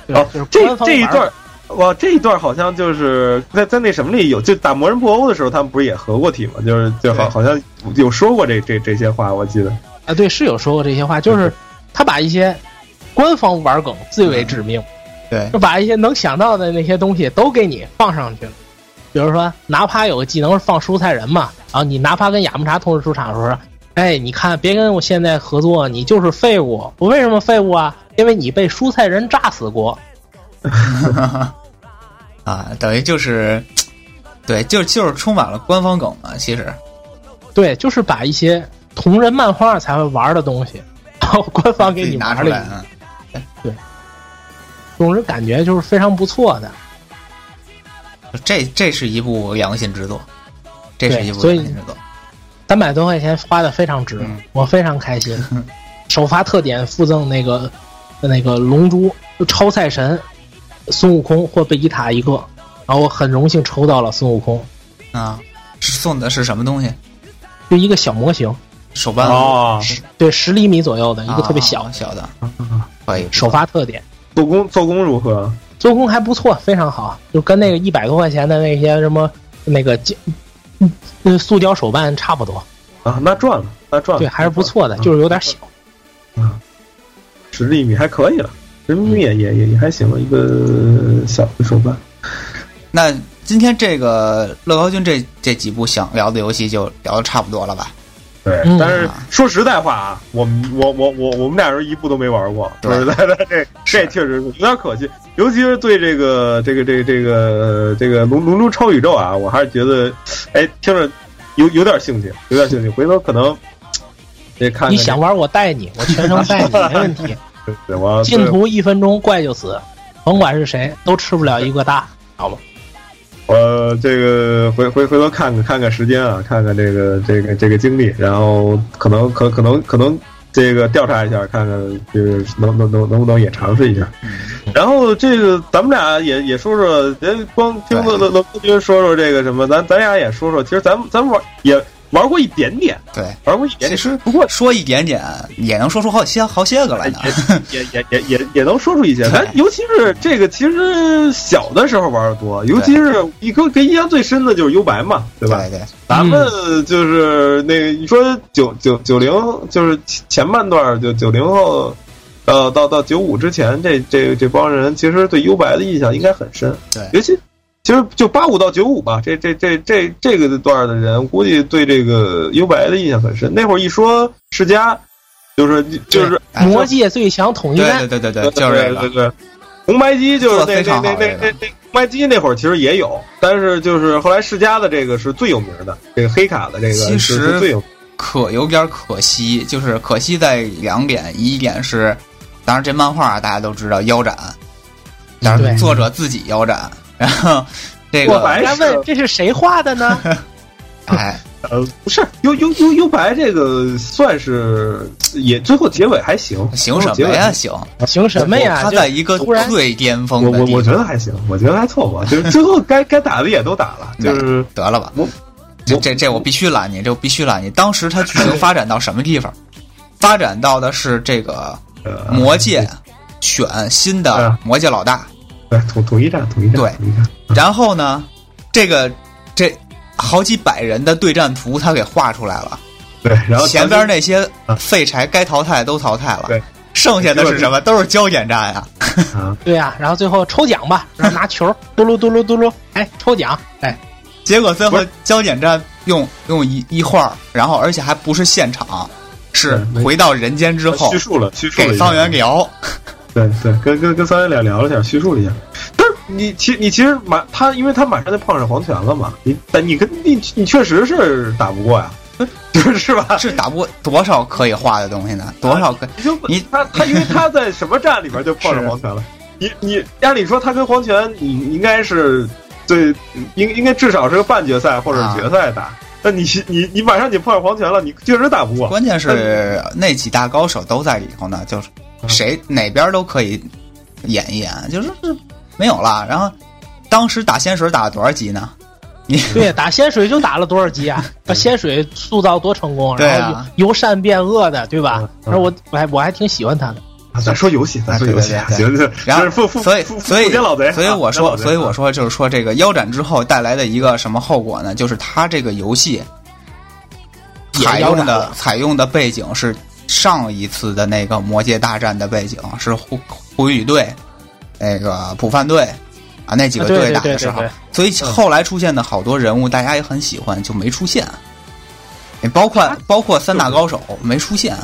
对吧哦就是这官方这一玩儿段儿，哇，这一段儿好像就是在在那什么里有，就打魔人布欧的时候，他们不是也合过体吗？就是就好对好像有说过这这这些话，我记得。啊，对，是有说过这些话，就是他把一些官方玩梗最为致命。对 就把一些能想到的那些东西都给你放上去了。比如说，拿帕有个技能是放蔬菜人嘛，然后你拿帕跟雅木茶同时出场的时候说，哎，你看，别跟我现在合作，你就是废物。我为什么废物啊？因为你被蔬菜人炸死过。啊，等于就是，对，就就是充满了官方梗嘛。其实，对，就是把一些同人漫画才会玩的东西，然后官方给自己你拿玩出了一来个，啊，总之感觉就是非常不错的。这这是一部良心之作，这是对一部所以良心之作。三百多块钱花的非常值，嗯我非常开心。首发特点附赠那个那个龙珠超赛神孙悟空或贝吉塔一个，然后我很荣幸抽到了孙悟空，啊，是送的是什么东西？就一个小模型，手办哦十对十厘米左右哦的一个特别小，啊啊嗯小的，啊，可以首发特点。做工做工如何？做工还不错，非常好，就跟那个一百多块钱的那些什么那个金嗯那塑胶手办差不多，啊，那赚了，那赚了，啊对，还是不错的，嗯就是有点小。十厘米还可以了，十厘米嗯也也也也还行，一个小的手办。那今天这个乐高君这这几部想聊的游戏就聊的差不多了吧？对嗯但是说实在话啊，我们我我我我们俩人一部都没玩过，对说实在的，这这是确实是有点可惜，尤其是对这个这个这个这个这个龙龙珠超宇宙啊，我还是觉得，哎，听着有有点兴趣，有点兴趣，回头可能得看看你想玩我带你，我全程 带你，没问题。这个，对我进图一分钟，怪就死，甭管是谁都吃不了一个大。我呃这个回回回头看看看看时间啊，看看这个这个这个经历，然后可能可可能可能这个调查一下，看看就是能能能能不能也尝试一下。嗯然后这个咱们俩也也说说，人光听乐乐乐哥君说说这个什么，咱咱俩也说说，其实咱们咱们玩也玩过一点点，对，玩过一点其点，实不过说一点点也能说出好些好些个来呢。也也也也也能说出一些。对咱尤其是这个，其实小的时候玩的多，尤其是一个给印象最深的就是幽白嘛，对吧？对对，咱们就是那个，你说九九九零，就是前半段儿，就九零后，呃，到到九五之前，这这这帮人其实对幽白的印象应该很深。对尤其其实就八五到九五吧，这这这这这个段儿的人，估计对这个幽白的印象很深。那会儿一说世嘉，就是就是哎魔界最强统一对战对对对对，就是这对对个。对，红白机就是做得那非常那那好这那那个那红白机那会儿其实也有，但是就是后来世嘉的这个是最有名的，这个黑卡的这个其实是是最有名的可有点可惜，就是可惜在两点，一点是，当然这漫画大家都知道腰斩，但对是作者自己腰斩，然后这过个白还人家是问这是谁画 的呢？哎，呃不是幽幽幽幽白这个算是也最后结尾还行，行什最么后结尾呀？还行？行行什么呀？他就在一个突然最巅我峰的我地我方，觉得还行，我觉得还凑合，就是最后该该打的也都打了，就是得了吧我，这我这这我必须拦你，这我必须拦你。当时它剧情发展到什么地方？发展到的是这个呃魔界选新的嗯魔界老大，对统统一战统一战对统一战，然后呢，这个这好几百人的对战图他给画出来了，对，然后前边那些嗯废柴该淘汰都淘汰了对，剩下的是什么？都是焦点战啊！那啊对呀、然后最后抽奖吧，然后拿球嘟噜嘟噜嘟噜，哎，抽奖，哎，结果最后不是焦点战用用一一画儿，然后而且还不是现场，是嗯对没回到人间之后叙述了叙述了给一下桑园聊。对对，跟跟跟三爷俩聊了一下，叙述了一下。但是你其你其实马他，因为他马上就碰上黄泉了嘛，你但你跟你你确实是打不过呀， 就是是吧？ 是打不多少可以画的东西呢？多少可你就你他他因为他在什么站里边就碰上是黄泉了，你你按理说他跟黄泉你你应该是最应应该至少是个半决赛或啊者是决赛打，但你你你马上你碰上黄泉了，你确实打不过。关键是那几大高手都在里头呢，就是嗯谁哪边都可以演一演，就是没有了。然后当时打仙水打了多少集呢？对，打仙水就打了多少集啊？把仙水塑造多成功，对啊然后由由善变恶的，对吧嗯？嗯然后我我还我还挺喜欢他的，啊咱说游戏，咱说游戏啊，对对行行，然后就是父父所以父所以父亲老贼哎啊，所以我父亲老说，贼所以嗯我说就是说这个腰斩之后带来的一个什么后果呢？就是他这个游戏也采腰用斩的了采用的背景是上一次的那个魔界大战的背景，是胡胡宇队那个普范队啊那几个啊对队对打的对时候对对，嗯所以后来出现的好多人物大家也很喜欢，就没出现。你包啊括包括三大高手没出现，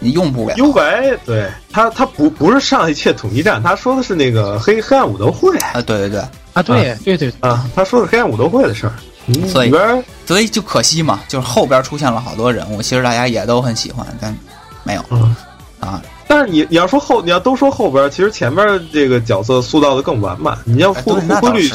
你用不了。幽白对他，他不不是上一届统一战，他说的是那个黑黑暗武斗会啊，对对对，啊，对对对，啊，他说的黑暗武斗会的事儿。嗯所以里边所以就可惜嘛，就是后边出现了好多人物，其实大家也都很喜欢，但没有嗯啊。但是你你要说后，你要都说后边，其实前面这个角色塑造的更完满。你像哎护对那护倒律是，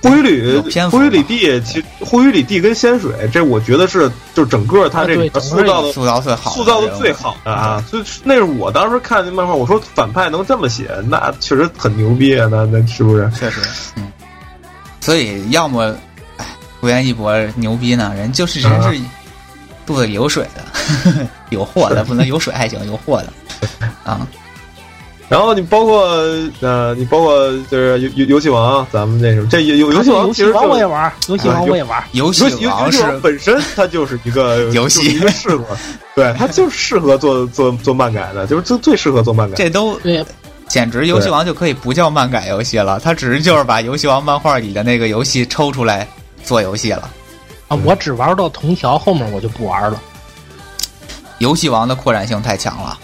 护宇吕有篇幅护宇里地，其实护宇里地跟仙水，这我觉得是就整个他这里边啊对塑造的塑造最好，塑造的最。好的啊！所以那是我当时看那漫画，我说反派能这么写，那确实很牛逼啊！那那是不是？确实，嗯。所以要么，哎，福原一博牛逼呢，人就是人是嗯肚子里有水的， 有货的不能有水还行，有货的 啊，然后你包括呃，你包括就是游游游戏王，啊咱们那什么，这游游游戏啊对王游其戏实王就我也是玩，游戏啊王游我也玩，游游戏戏游王戏是王本身它就是一个游戏就是一个适合，对，它就是适合做做做漫改的，就是最最适合做漫改。这都对，简直游戏王就可以不叫漫改游戏了，它只是就是把游戏王漫画里的那个游戏抽出来做游戏了。嗯啊，我只玩到铜条，后面我就不玩了。游戏王的扩展性太强了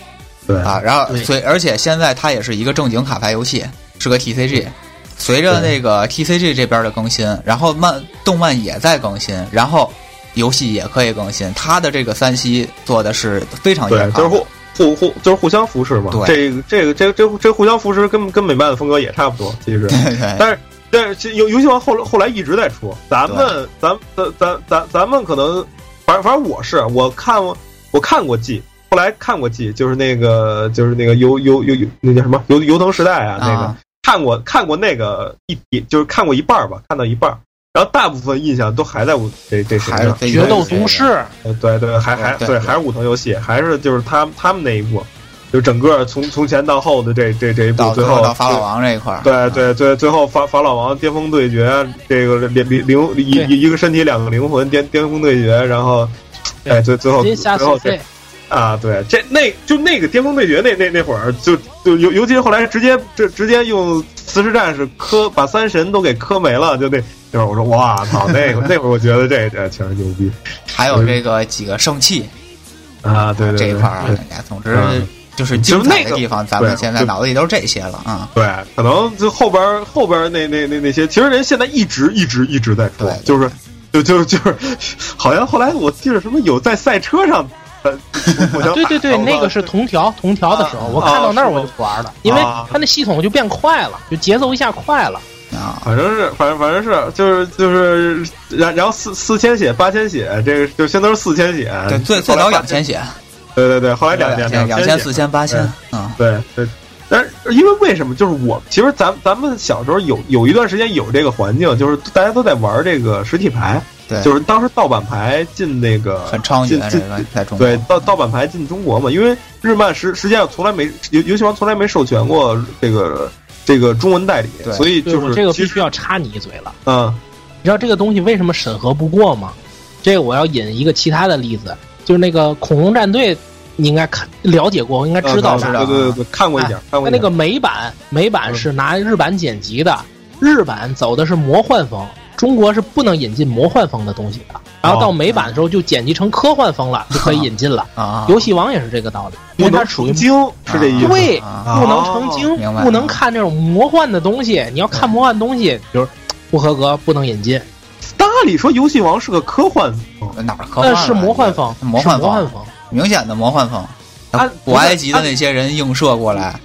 对，啊！然后，对所以而且现在它也是一个正经卡牌游戏，是个 TCG。随着那个 TCG 这边的更新，然后漫动漫也在更新，然后游戏也可以更新。它的这个三 C 做的是非常对严，就是苛的互。互互就是互相扶持嘛。啊对这个这个这个这个这个互相扶持跟跟美漫的风格也差不多，其 实。对对但是但是其游游戏王后来后来一直在出，咱们咱咱咱咱咱们可能，反正反正我是我看过我看过季，后来看过季，就是那个就是那个游游游游那叫什么游游腾时代啊，那个啊，看过看过那个一集，就是看过一半儿吧，看到一半儿。然后大部分印象都还在武这这谁还是上，飞决斗对都市，呃对对，还还对对还是武藤游戏，还是就是他他们那一部，就整个从从前到后的这这这一部，到最后后到法老王这一块儿， 啊对对对，最后法法老王巅峰对决，这个灵灵灵一对一一个身体两个灵魂巅巅峰对决，然后，哎，最最后金最虾碎后这碎，啊，对，这那就那个巅峰对决那那那会儿就就尤尤其后来直接这直接用磁石战士磕把三神都给磕没了，就那那会儿我说哇操，那个那会儿我觉得这这确实牛逼还有这个几个圣器啊，对对这一对块儿啊，对大家总之嗯就是精彩的地方，咱们对现在就脑子里都是这些了啊。对，可能就后边儿后边儿那那那那些，其实人现在一直一直一直在出对，就是就就就是，好像后来我记得什么有在赛车上，呃，我我想 对对对，打那个 是铜条，铜条的时候，啊我看到那啊儿是我吗就不玩了，因为哦啊它那系统就变快了，就节奏一下快了。啊，反正是，反正反正是，就是就是，然然后四四千血、八千血，这个就先都是四千血，对，最最后来早八两千，血，对对对，后来嗯两千、千两千千、四千、八千，嗯，对对，但是因为为什么？就是我其实咱咱们小时候有有一段时间有这个环境，就是大家都在玩这个实体牌，对就是当时盗版牌进那个很猖獗进这进个在中国。啊对盗盗版牌进中国嘛，因为日漫实实际上从来没游游戏王从来没授权过这个这个中文代理对，所以对就我是这个其必实须要插你一嘴了。嗯你知道这个东西为什么审核不过吗？这个我要引一个其他的例子，就是那个恐龙战队，你应该看了解过，应该知道嗯吧？知道对对对对，看过一点，看过它一那点个美版，美版是拿日版剪辑的，日版走的是魔幻风，中国是不能引进魔幻风的东西的。然后哦到美嗯版的时候就剪辑成科幻风了，就可以引进了。啊，游戏王也是这个道理，因为不它能属于成精是这意思，对啊，啊不能成精，明白了不能看这种魔幻的东西。你要看魔幻东西，比如不合格，不能引进。大理说游戏王是个科幻嗯风哪儿科幻那了？呃是魔幻风，哦魔是幻魔幻风，风。明显的魔幻风啊。古埃及的那些人映射过来，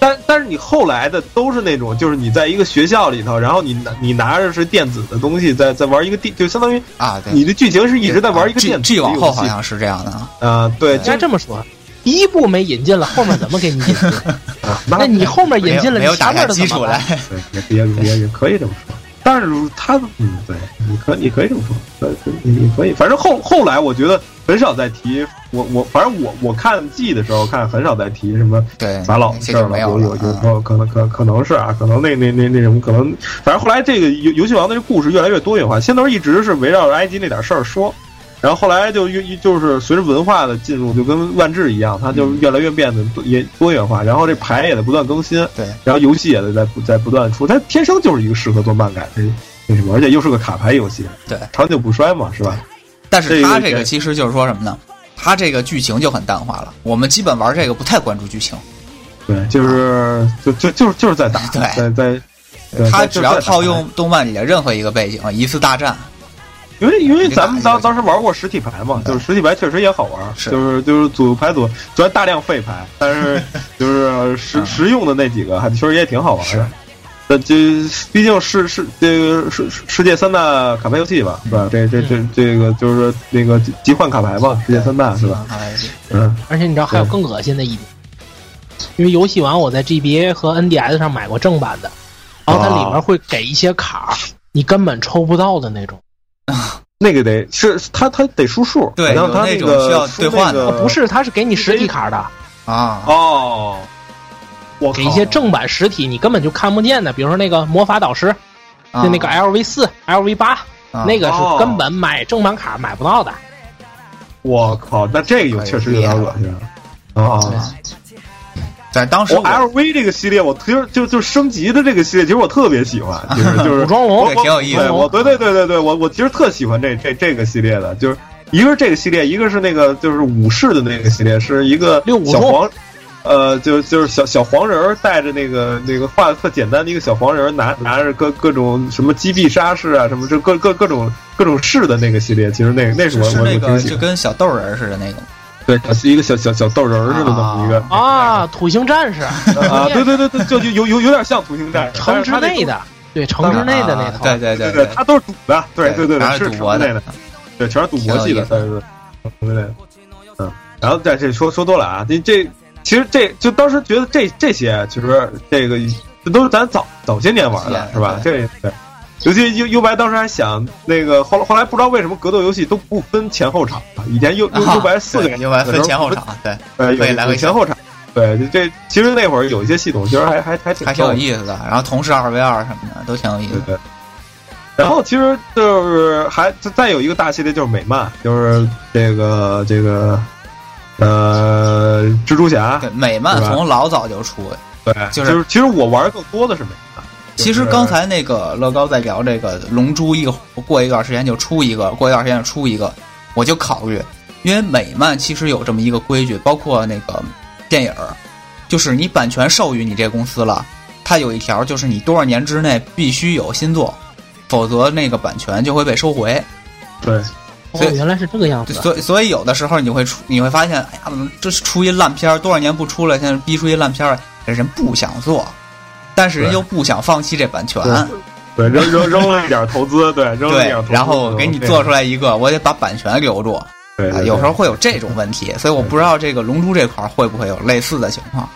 但但是你后来的都是那种，就是你在一个学校里头，然后你拿你拿着是电子的东西在在玩一个电，就相当于啊，对，你的剧情是一直在玩一个 G- 电子 G 的游戏。往后好像是这样的啊，啊，对，应就该这么说，第一步没引进了，后面怎么给你引 进？啊那你后面没引有进了，没你有打前开面的基怎础么来办？。对也也也也可以这么说。但是他嗯，对，你可你可以这么说，呃，你你可以，反正后后来我觉得很少再提我我，反正我我看记的时候看很少再提什么对，法老的这事儿就了，没有有了。有时嗯候可能可可能是啊，可能那那那那什么，可能反正后来这个游游戏王的这故事越来越多元化，先头一直是围绕着埃及那点事儿说，然后后来就越就是随着文化的进入，就跟万智一样，它就嗯越来越变得多也多元化，然后这牌也在不断更新，对，然后游戏也在在不在不断出，它天生就是一个适合做漫改的那什么，而且又是个卡牌游戏，对长久不衰嘛，是吧？但是他这这个个其实就是说什么呢？他这个剧情就很淡化了，我们基本玩这个不太关注剧情，对，就是就就就是就是在打，对在在。对他在只要在打套牌用动漫里的任何一个背景，一次大战，因为因为啊你打咱们一当个当时玩过实体牌嘛，对就是实体牌确实也好玩，是就是就是组牌组虽然大量废牌，但是就是实嗯实用的那几个还确实也挺好玩是的。那这毕竟是是这个世世世界三大卡牌游戏吧，是吧？这这嗯这这个就是那个集集换卡牌嘛，世界三啊大是吧？嗯？哎嗯，而且你知道还有对更恶心的一点，因为游戏王我在 GBA 和 NDS 上买过正版的，然后它里面会给一些卡儿，你根本抽不到的那种。那个得是他他得输数，对好像有他那种个需要输兑换那的个不是，它是给你实体卡儿的，啊，哦，我给靠一些正版实体你根本就看不见的，比如说那个魔法导师，啊就那个 LV 四、LV 八，啊那个哦是根本买正版卡买不到的。我靠，那这个有确实有点恶心了啊。在啊当时我我 LV 这个系列，我其实就就升级的这个系列，其实我特别 喜欢，就是就古是装我这龙挺有意思对，我对对对对对，我我其实特喜欢这这这个系列的，就是一个是这个系列，一个是那个就是武士的那个系列，是一个六武小中黄，呃，就就是小小黄人儿带着那个那个画的特简单的一个小黄人儿，拿拿着各各种什么击毙杀士啊，什么这各各各种各种士的那个系列，其实那个那是是我是我那我挺个喜就欢，跟小豆人似的那种，对，是一个小小小豆人儿似的那么一个啊，土星战士 啊，对对对对，就就有有有点像图形战士，城之但是他那内的，对城之内的那套，啊对对对对，他都是赌的，对对对全对，是是赌博城之内的，对，全是赌博系的，挺对对对对，嗯，然后在这说说多了啊，这这其实这就当时觉得这这些其实这个这都是咱早早些年玩的是吧？这对，尤其优优白当时还想那个，后来后来不知道为什么格斗游戏都不分前后场啊，以前优优优白四个人，又来分前后，场，对，呃，有可以来回有前后场。对，这这其实那会儿有一些系统，其实还还还挺还挺有逗的意思的。然后同时二 v 二什么的都挺有意思对的。对。然后其实就是还再有一个大系列就是美漫，就是这个这个呃蜘蛛侠，对，美漫是吧从老早就出。对，就是其实我玩更多的是美漫。就是其实刚才那个乐高在聊这个《龙珠》，一个过一段时间就出一个，过一段时间就出一个，我就考虑，因为美漫其实有这么一个规矩，包括那个电影儿，就是你版权授予你这公司了，它有一条就是你多少年之内必须有新作，否则那个版权就会被收回。对，哦所以，原来是这个样对子。所以所以有的时候你会出，你会发现，哎呀，怎么这是出一烂片儿，多少年不出了，现在逼出一烂片儿来，这人不想做，但是人对又不想放弃这版权，对，扔扔扔了一点投资，对，扔对了一点投，资，然后给你做出来。来一个，我得把版权留住啊，对，对有时候会有这种问题，所以我不知道这个《龙珠》这块儿会不会有类似的情况。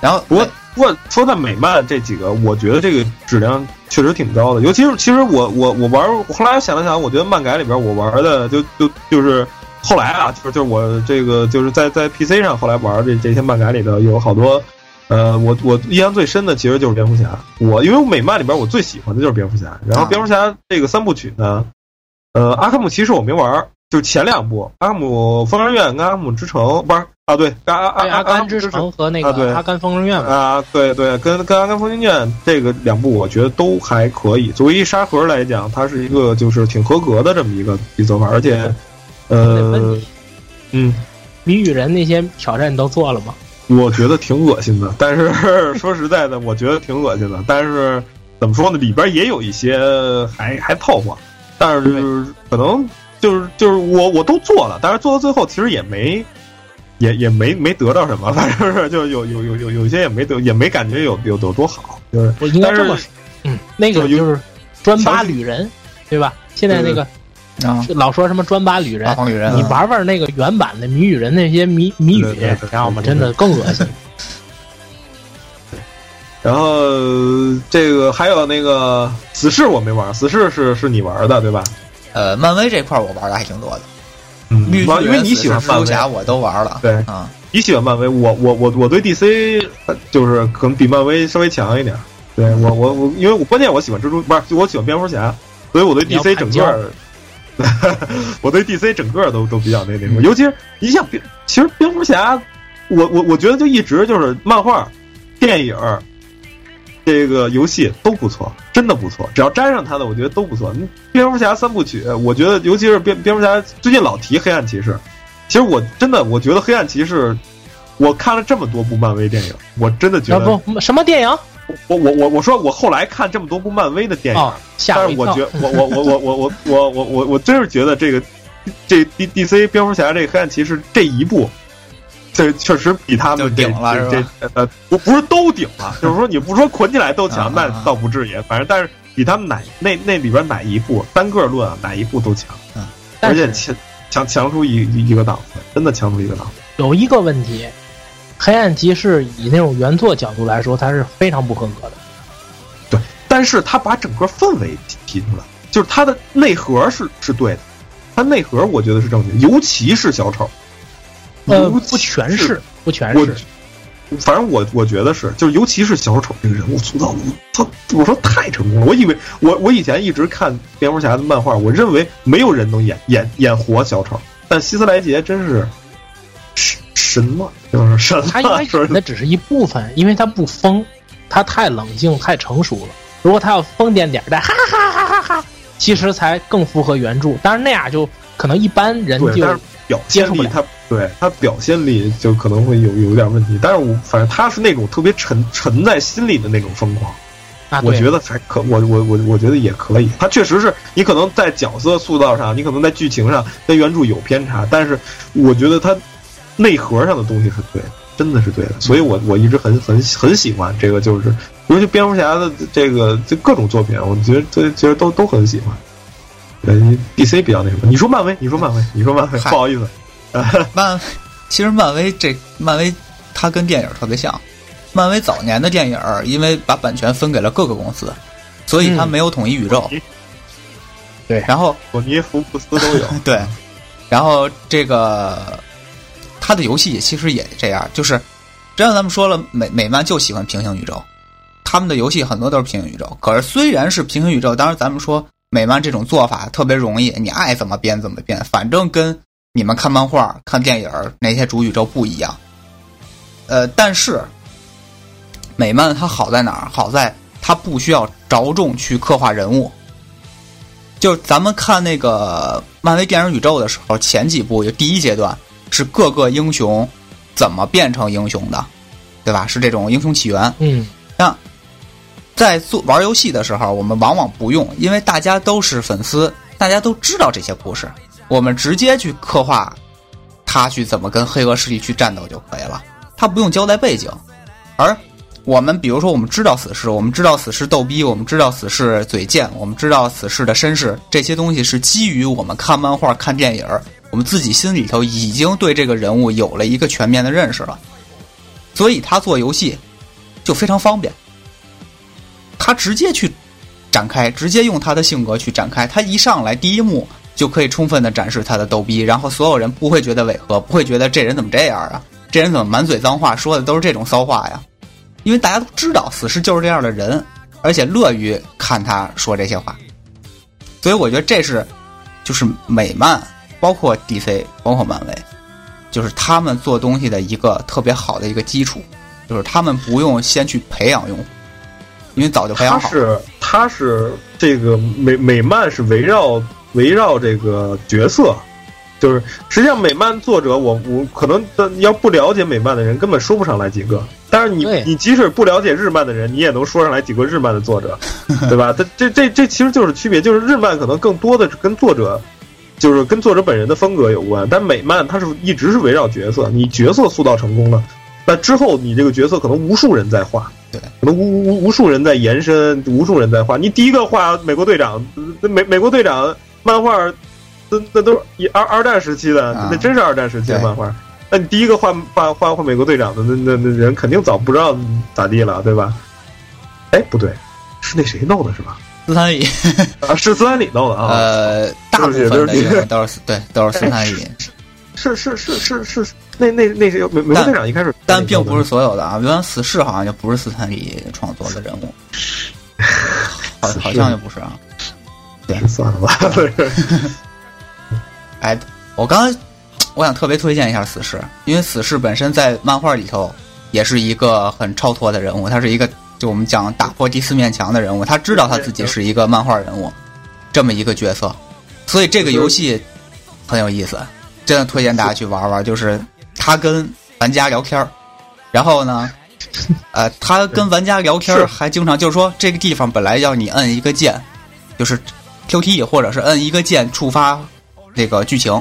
然后不过，不过说到美漫这几个，我觉得这个质量确实挺高的。尤其是，其实我我我玩，我后来想了想，我觉得漫改里边我玩的就就就是后来啊，就是就是我这个就是在在 PC 上后来玩这这些漫改里头有好多，呃，我我印象最深的其实就是蝙蝠侠。我因为美漫里边我最喜欢的就是蝙蝠侠，然后啊蝙蝠侠这个三部曲呢，呃，阿克姆骑士我没玩儿，就是前两部阿克姆疯人院跟阿克姆之城不是啊对，阿阿对阿甘姆之之城。城和那啊对个阿甘疯人院嘛，啊，对对，跟跟《阿甘风云卷》这个两部，我觉得都还可以。作为一沙盒来讲，它是一个就是挺合格的这么一个一做法，而且，得问呃你，嗯，谜语人那些挑战你都做了吗？我觉得挺恶心的。但是 说实在的，我觉得挺恶心的。但是怎么说呢，里边也有一些还还凑合，但是可能就是就是我我都做了，但是做到最后其实也没。也也没没得到什么，反正是就有有有有有些也没得也没感觉有有有多好，就是我应该但是这么说，嗯，那个就有就是专扒想起旅人，对吧？现在那个啊，老说什么专扒旅人大，黄雨人你玩玩那个原版的谜语人那些谜谜语对对对，对知道吗？对对真的更恶心。然后呃这个还有那个死侍我没玩，死侍是是你玩的对吧？呃，漫威这块儿我玩的还挺多的，嗯绿巨玩人因为你喜欢死侍蜘漫蛛侠威，我都玩了，对啊，你喜欢漫威，我我我我对 DC 呃就是可能比漫威稍微强一点。对我我我，因为我关键我喜欢蜘蛛，不是我喜欢蝙蝠侠，所以我对你要 DC 整个儿， 我对 DC 整个儿都都比较那那什么，尤其是你想蝙，其实蝙蝠侠，我我我觉得就一直就是漫画、电影儿、这个游戏都不错，真的不错，只要沾上它的，我觉得都不错。嗯蝙蝠侠三部曲，我觉得尤其是蝙蝙蝠侠最近老提黑暗骑士，其实我真的我觉得黑暗骑士。我看了这么多部漫威电影，我真的 觉啊得不，什么电影？我我我我说我后来看这么多部漫威的电影，哦，吓但我是一我跳觉。我我我我我我我我我我真是觉得这个这 D D C 蝙蝠侠这个黑暗骑士这一部，这确实比他们就这顶了这是这吧呃我不是都顶了，就是说你不说捆起来都强，啊那啊啊倒不至于，反正但是比他们哪那那里边哪一部单个论啊哪一部都强，而但且是强强强出一一一个档次，真的强出一个档次，有一个问题，黑暗骑士以那种原作角度来说，它是非常不合格的。但是他把整个氛围提提出来，就是他的内核是是对的，他内核我觉得是正确，尤其是小丑，呃，尤不其全是是，不全我是。反正我我觉得是，就是尤其是小丑这个人物塑造，他我说太成功了。我以为我我以前一直看蝙蝠侠的漫画，我认为没有人能演演演活小丑，但希斯莱杰真是神神了，就是神了。他应该 说演的只是一部分，因为他不疯，他太冷静、太成熟了。如果他要疯癫点儿，但哈哈哈哈哈哈，其实才更符合原著。但是那样就可能一般人对，就但是表现接触不力了他对他表现力就可能会有有点问题，但是我反正他是那种特别沉沉在心里的那种疯狂。啊，我对觉得还可，我我我我觉得也可以。他确实是你可能在角色塑造上，你可能在剧情上跟原著有偏差，但是我觉得他内核上的东西是对的，真的是嗯对的。所以我我一直很很很喜欢这个，就是尤其蝙蝠侠的这个这各种作品，我觉得这其实都都很喜欢。呃，DC 比较那什么，你说漫威，你说漫威，你说漫威，嗨不好意思，漫，其实漫威这漫威它跟电影特别像，漫威早年的电影儿因为把版权分给了各个公司，所以它嗯没有统一宇宙。对然后索尼、福布斯都有。对，然后这个他的游戏也其实也这样，就是之前咱们说了，美美漫就喜欢平行宇宙，他们的游戏很多都是平行宇宙。可是虽然是平行宇宙，当然咱们说美漫这种做法特别容易，你爱怎么编怎么编，反正跟你们看漫画、看电影儿那些主宇宙不一样。呃，但是美漫它好在哪儿？好在它不需要着重去刻画人物，就是咱们看那个漫威电影宇宙的时候，前几部就第一阶段是各个英雄怎么变成英雄的，对吧？是这种英雄起源。嗯，在做玩游戏的时候，我们往往不用，因为大家都是粉丝，大家都知道这些故事，我们直接去刻画他去怎么跟黑恶势力去战斗就可以了，他不用交代背景。而我们比如说，我们知道死侍，我们知道死侍逗逼，我们知道死侍嘴贱，我们知道死侍的身世，这些东西是基于我们看漫画、看电影，我们自己心里头已经对这个人物有了一个全面的认识了，所以他做游戏就非常方便。他直接去展开，直接用他的性格去展开。他一上来第一幕就可以充分的展示他的逗逼，然后所有人不会觉得违和，不会觉得这人怎么这样啊？这人怎么满嘴脏话，说的都是这种骚话呀？因为大家都知道死侍就是这样的人，而且乐于看他说这些话，所以我觉得这是就是美漫，包括 DC，包括漫威，就是他们做东西的一个特别好的一个基础，就是他们不用先去培养用户，因为早就培它养好了。是它是这个美美漫是围绕围绕这个角色，就是实际上美漫作者我我可能呃要不了解美漫的人根本说不上来几个，但是你对你即使不了解日漫的人，你也能说上来几个日漫的作者，对吧？这这这这其实就是区别，就是日漫可能更多的是跟作者。就是跟作者本人的风格有关，但美漫它是一直是围绕角色，你角色塑造成功了，那之后你这个角色可能无数人在画，可能无无无数人在延伸，无数人在画。你第一个画美国队长，呃美美国队长漫画，那那都是一二二战时期的，啊那真是二战时期的对漫画。那你第一个画画画画美国队长的，那那那人肯定早不知道咋地了，对吧？哎，不对，是那谁弄的是吧？斯坦李，啊，是斯坦李弄的啊。呃，大部分的英 文都是对，都是斯坦李，是是是是是，是那那那谁美美国但队长一开始，但并不是所有的啊。原来死侍好像就不是斯坦李创作的人物，好死侍好像就不是啊。算了吧， 哎，我刚才我想特别推荐一下死侍，因为死侍本身在漫画里头也是一个很超脱的人物，他是一个就我们讲打破第四面墙的人物，他知道他自己是一个漫画人物这么一个角色，所以这个游戏很有意思，真的推荐大家去玩玩。就是他跟玩家聊天儿，然后呢，呃，他跟玩家聊天儿是还经常就是说这个地方本来要你摁一个键，就是 QTE 或者是摁一个键触发那个剧情，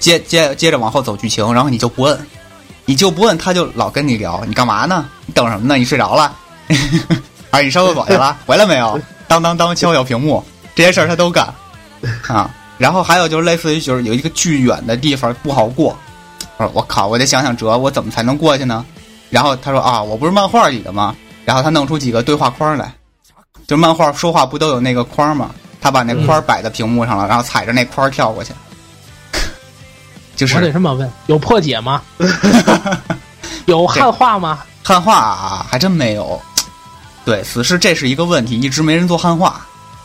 接接接着往后走剧情，然后你就不摁，你就不摁，他就老跟你聊，你干嘛呢？你等什么呢？你睡着了？ 啊，你上厕所去了？回来没有？当当当，敲小屏幕，这些事儿他都干啊。然后还有就是类似于就是有一个巨远的地方不好过，我说我靠，我得想想辙，我怎么才能过去呢？然后他说啊，我不是漫画里的吗？然后他弄出几个对话框来，就漫画说话不都有那个框吗？他把那框摆在屏幕上了，然后踩着那框跳过去，就是我得这么问：有破 解吗？有汉化吗？汉化啊，还真没有。对，死侍这是一个问题，一直没人做汉化。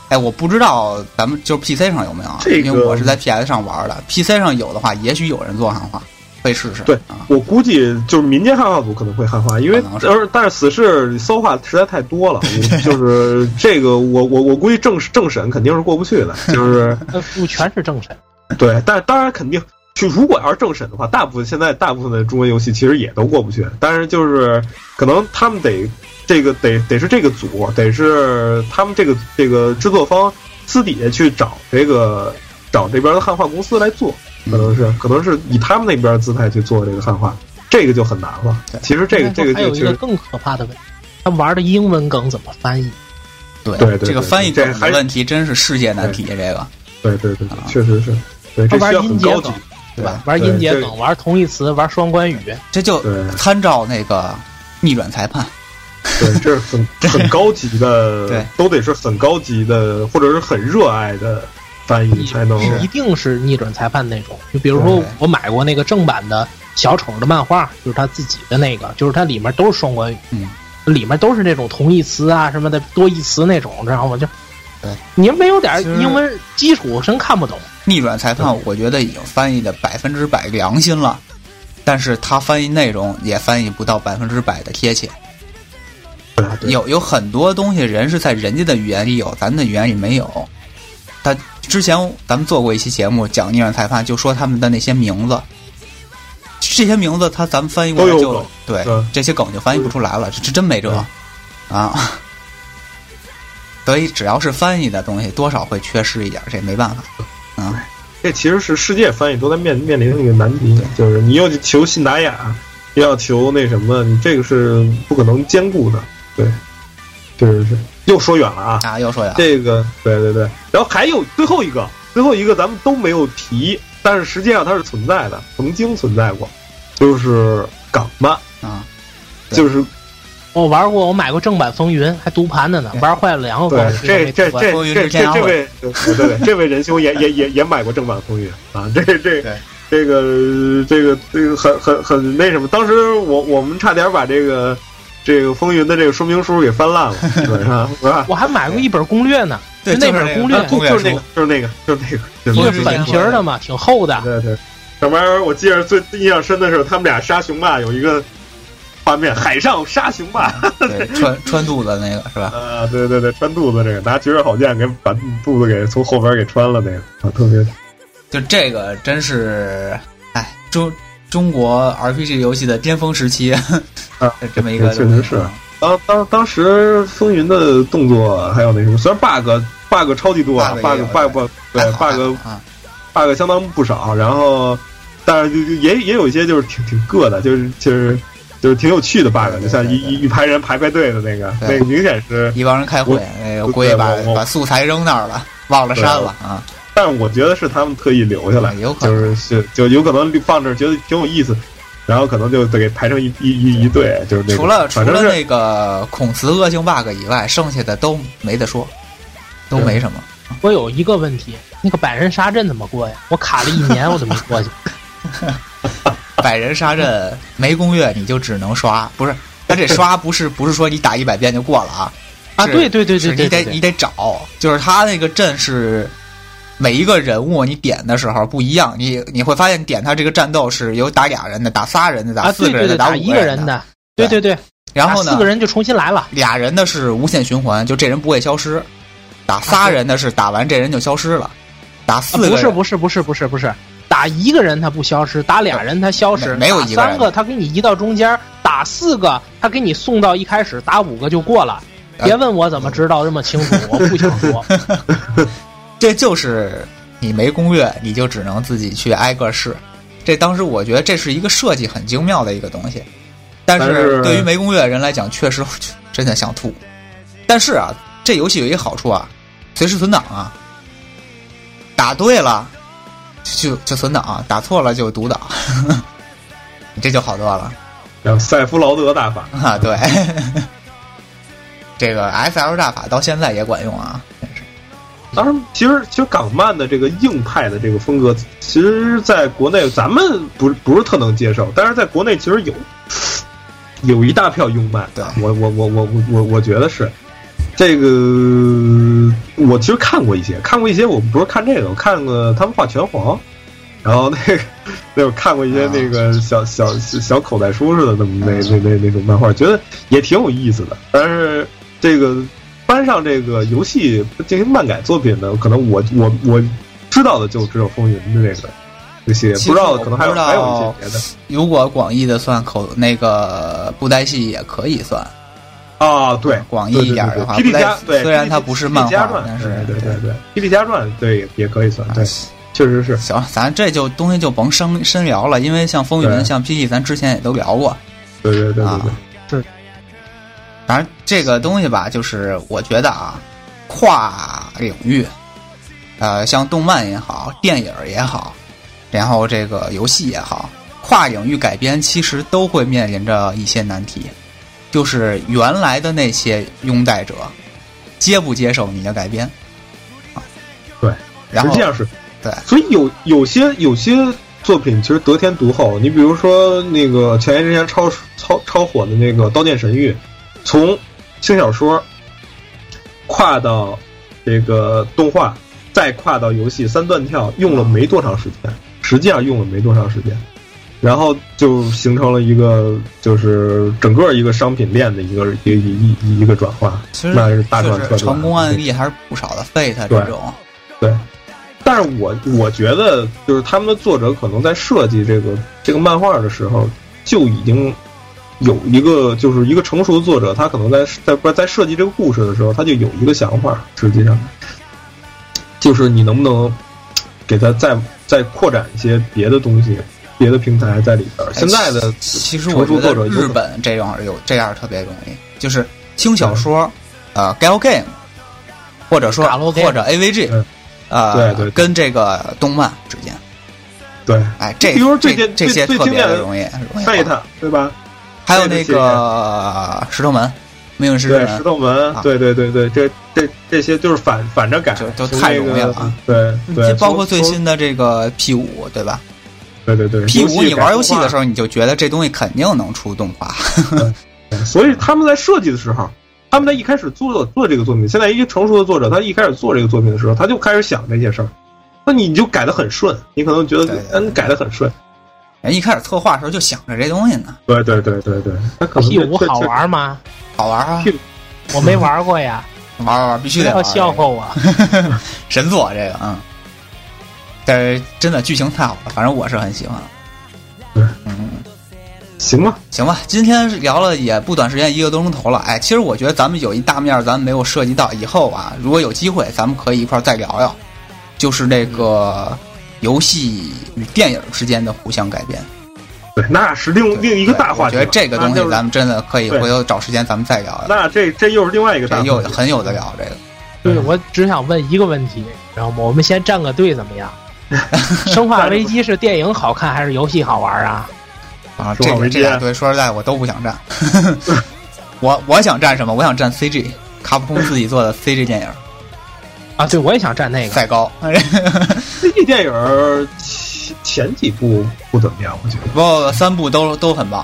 哎，我不知道咱们就是 PC 上有没有啊？这个因为我是在 PS 上玩的，PC 上有的话，也许有人做汉化，可以试试。对啊，我估计就是民间汉化组可能会汉化，因为可能是而但是死侍搜化实在太多了， 我就是这个我我我估计政政审肯定是过不去的，就是呃，不全是正神。对，但当然肯定就如果要是政审的话，大部分现在大部分的中文游戏其实也都过不去，但是就是可能他们得这个得得是这个组，得是他们这个这个制作方私底下去找这个找这边的汉化公司来做，可能是可能是以他们那边的姿态去做这个汉化，这个就很难了对。其实这个这个还这有个一其个实更可怕的问题，他玩的英文梗怎么翻译？对对对这个对翻译这梗的还问题真是世界难题，这个对对对对啊，确实是，对这他玩需要很音节高级梗，对吧？玩音节对这梗，玩同义词，玩双关语，这就对参照那个逆转裁判，对，这是很很高级的，对，都得是很高级的，或者是很热爱的翻译才能。一定是逆转裁判那种。就比如说对，我买过那个正版的小丑的漫画，就是他自己的那个，就是它里面都是双关语，嗯里面都是那种同义词啊什么的多义词那种，知道吗？就对，你没有点其实英文基础，真看不懂。逆转裁判，我觉得已经翻译的百分之百良心了，但是他翻译内容也翻译不到百分之百的贴切。对啊对有有很多东西，人是在人家的语言里有，咱们的语言里没有。他之前咱们做过一期节目讲逆转裁判，就说他们的那些名字，这些名字他咱们翻译过来都有就梗对嗯这些梗就翻译不出来了，这这真没辙啊。所以只要是翻译的东西，多少会缺失一点，这也没办法。这其实是世界翻译都在面面临的一个难题，就是你又求信达雅，又要求那什么，你这个是不可能兼顾的。对，确实是。又说远了啊，啊，又说呀，这个对对对。然后还有最后一个，最后一个咱们都没有提，但是实际上它是存在的，曾经存在过，就是港漫，啊，对就是我玩过，我买过正版《风云》，还读盘的呢对，玩坏了两个对公司，这这这风云这之天这涯这会位对对对，这位仁兄也也也也买过正版风云啊，这这对这个这个这个很很很那什么，当时我我们差点把这个这个风云的这个说明书给翻烂了，对啊，是吧？我还买过一本攻略呢，对，就就那是本那个攻攻略略就书是那个，就是那个，就是那个，就是一那个个是是反皮儿的嘛，挺厚的。对对，上面我记得最印象深的是他们俩杀熊霸有一个画面，海上杀熊 霸，对，穿穿肚子那个是吧？啊，对对对，穿肚子这个，拿绝世好剑给把肚子给从后边给穿了那个，啊，特别就这个真是，哎，中中国 RPG 游戏的巅峰时期，这么一个啊嗯确实是当当当时风云的动作还有那什么，虽然 bug bug 超级多啊 bug 也，bug 有 bug bug 对 bug 啊， bug 相当不少，然后但是就就也也有一些就是挺挺硌的，就是就是就是挺有趣的 bug，对就像对一对一一排人排排队的那个，对那个明显是，一帮人开会，那个估计把把素材扔那儿了，忘了删了啊，但是我觉得是他们特意留下来，有可就能是是就有可能放这儿觉得挺有意思，然后可能就得给排成一一一一队，就是那个除了除反正了是那个孔慈恶性 bug 以外，剩下的都没得说，都没什么。我有一个问题，那个百人杀阵怎么过呀？我卡了一年，我都没过去。百人杀阵没攻略，你就只能刷，不是？他这刷不是不是说你打一百遍就过了啊？啊，是对对对是对你得对对啊你对，得找，就是他那个阵是每一个人物你点的时候不一样，你你会发现点他这个战斗是有打俩人的、打仨人的、啊，四对个对人的、对，打五一个个人的，的，对对对，然后呢，打四个人就重新来了。俩人的是无限循环，就这人不会消失；打仨人的是打完这人就消失了，打啊四个不人、是不是不是不是不是，打一个人他不消失，打俩人他消失，没没有打一个人三个他给你移到中间，打四个他给你送到一开始，打五个就过了。呃别问我怎么知道这么清楚，我不想 说。这就是你没攻略，你就只能自己去挨个试。这当时我觉得这是一个设计很精妙的一个东西，但但是是对于没攻略的人来讲，确实 真的想吐。但是啊，这游戏有一个好处啊，随时存档啊，打对了就就存档、啊打错了就读档， 你这就好多了。 然后塞夫劳德大法，啊，对， 这个 S L 大法到现在也管用啊，真是当然，其实其实港漫的这个硬派的这个风格，其实在国内咱们不是不是特能接受，但是在国内其实有有一大票拥漫。对我我我我我我我觉得是这个，我其实看过一些，看过一些，我不是看这个，我看过他们画拳皇，然后那个 那我看过一些啊那个小小小小口袋书似的那么那那那那种漫画，觉得也挺有意思的，但是。这个搬上这个游戏进行漫改作品的，可能我我我知道的就只有风云的那个这些，其实不知道我的可能还不有知道还有一些别的如果广义的算口那个布袋戏也可以算，啊，对。广义对一对点对的话， ，P 布 D 加袋戏对，虽然它不是漫 P.D. 加画，传但是对对对对，P D 加传对也也可以算，啊对，确实是行，咱这就东西就甭深深聊了，因为像风云、对像 P G，咱之前也都聊过，对对对对啊对，反正这个东西吧，就是我觉得啊，跨领域，呃，像动漫也好，电影也好，然后这个游戏也好，跨领域改编其实都会面临着一些难题。就是原来的那些拥戴者接不接受你的改编。啊对，然实后际上是对所以有有些有些作品其实得天独厚。你比如说那个前年之前超超超火的那个《刀剑神域》，从轻小说跨到这个动画，再跨到游戏，三段跳用了没多长时间，实际上用了没多长时间。然后就形成了一个，就是整个一个商品链的一个一一一一个转化，其实那是大转确特实转。成功案例还是不少的，Fate 这对种，对，但是我我觉得就是他们的作者可能在设计这个这个漫画的时候就已经有一个就是一个成熟的作者，他可能在在不是在设计这个故事的时候，他就有一个想法，实际上就是你能不能给他再再扩展一些别的东西，别的平台在里边儿。哎现在的其实我觉成熟得作者有日可能本这样有这样特别容易，就是轻小说，嗯呃，gal game，或者说 Gal game 或者 AVG，嗯呃，对对对跟这个动漫之间，对哎，这比如说这最近这最些最特经别典的的容易容易画， Fate 对吧？还有 Fate 那系列个石头门，命运石之对，石门，头门啊，对对对对，这这这些就是反反着改就，就从太那容个易了啊对对，就包括从最，新的这个 P 五，对吧从对对对？P 五你玩游戏的时候，候，你就觉得这东西肯定能出动画，对所以他们在设计的时候，他们在一开始做做这个作品，现在一个成熟的作者，他一开始做这个作品的时候，他就开始想这些事儿，那你就改的很顺，你可能觉对得对对嗯改的很顺，人一开始策划的时候就想着这东西呢，对对对对对，他可能屁股哎好，玩吗？好玩啊，我没玩过 呀，玩玩玩，必须不得要玩这个笑话我。神作这个，嗯，但是真的剧情太好了，反正我是很喜欢。对嗯，嗯嗯行吧，行吧，今天是聊了也不短时间，一个多钟头了。哎，其实我觉得咱们有一大面儿咱们没有涉及到，以后啊，如果有机会，咱们可以一块儿再聊聊，就是这个游戏与电影之间的互相改变。对，那是另另一个对大话我题觉了，得这个东西那就是咱们真的可以对回头找时间咱们再聊聊，那这这又是另外一个大这话题有很有的聊这个。对，我只想问一个问题，知道吗？我们先站个队怎么样？《生化危机》是电影好看还是游戏好玩啊？啊，说这好个没这劲俩队说实在我都不想站， 我我想站什么？我想站 CG，卡普空自己做的 CG 电影儿啊，对，我也想站那个。再高，哎这电影儿前前几部不怎么样，我觉得。不过三部都都很棒，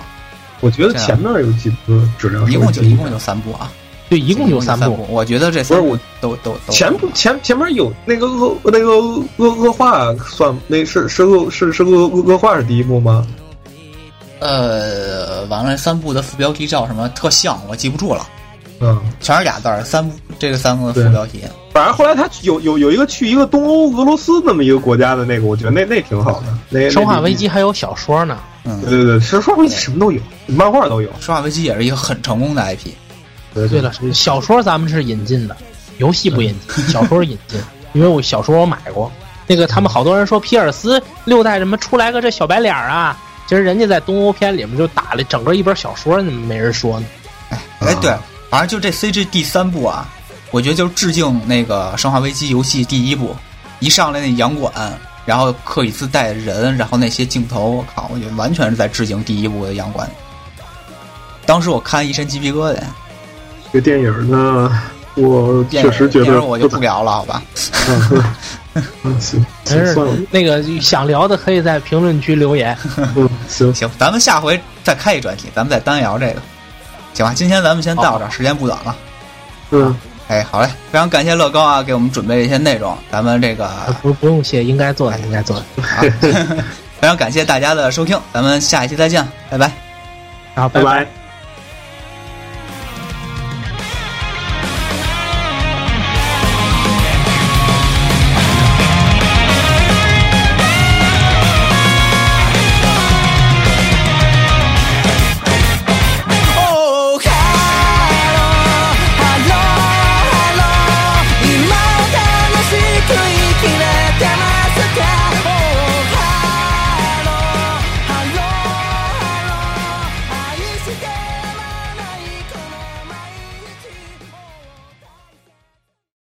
我觉得前面有几部质量一稍微共就一共低就三部啊，对，一共就三三部部。，我觉得这不三是部我都都都前部前前面有那个恶那个恶恶化算那是是恶是是恶恶恶化是第一部吗？呃，完了三部的副标题叫什么？特像，我记不住了，嗯，全是俩字儿，三部这个三个副对标题，反正后来他有有有一个去一个东欧俄罗斯那么一个国家的那个，我觉得那那挺好的。那《生化危机》，还有小说呢，嗯那，对对对，生化危机什么都有，漫画都有。生化危机也是一个很成功的 IP，对对了，小说咱们是引进的，游戏不引进，小说引进，因为我小说我买过。那个他们好多人说皮尔斯六代什么出来个这小白脸儿啊，其实人家在东欧片里面就打了整个一本小说，怎么没人说呢？哎，对啊，反正就这 CG 第三部啊，我觉得就是致敬那个《生化危机》游戏第一部，一上来那洋馆，然后克里斯带人，然后那些镜头，我靠，我觉得完全是在致敬第一部的洋馆。当时我看一身鸡皮疙瘩，这个电影呢，我电影确实觉电得影我就不聊了，好吧？嗯嗯行真行是算了，那个想聊的可以在评论区留言。嗯行，行，咱们下回再开一专题，咱们再单聊这个，行吧？今天咱们先到这儿，时间不短了。嗯哎，好嘞，非常感谢乐高啊，给我们准备了一些内容，咱们这个 啊不不用谢，应该做的应该做 的。啊，非常感谢大家的收听，咱们下一期再见，拜拜。啊然后拜拜拜。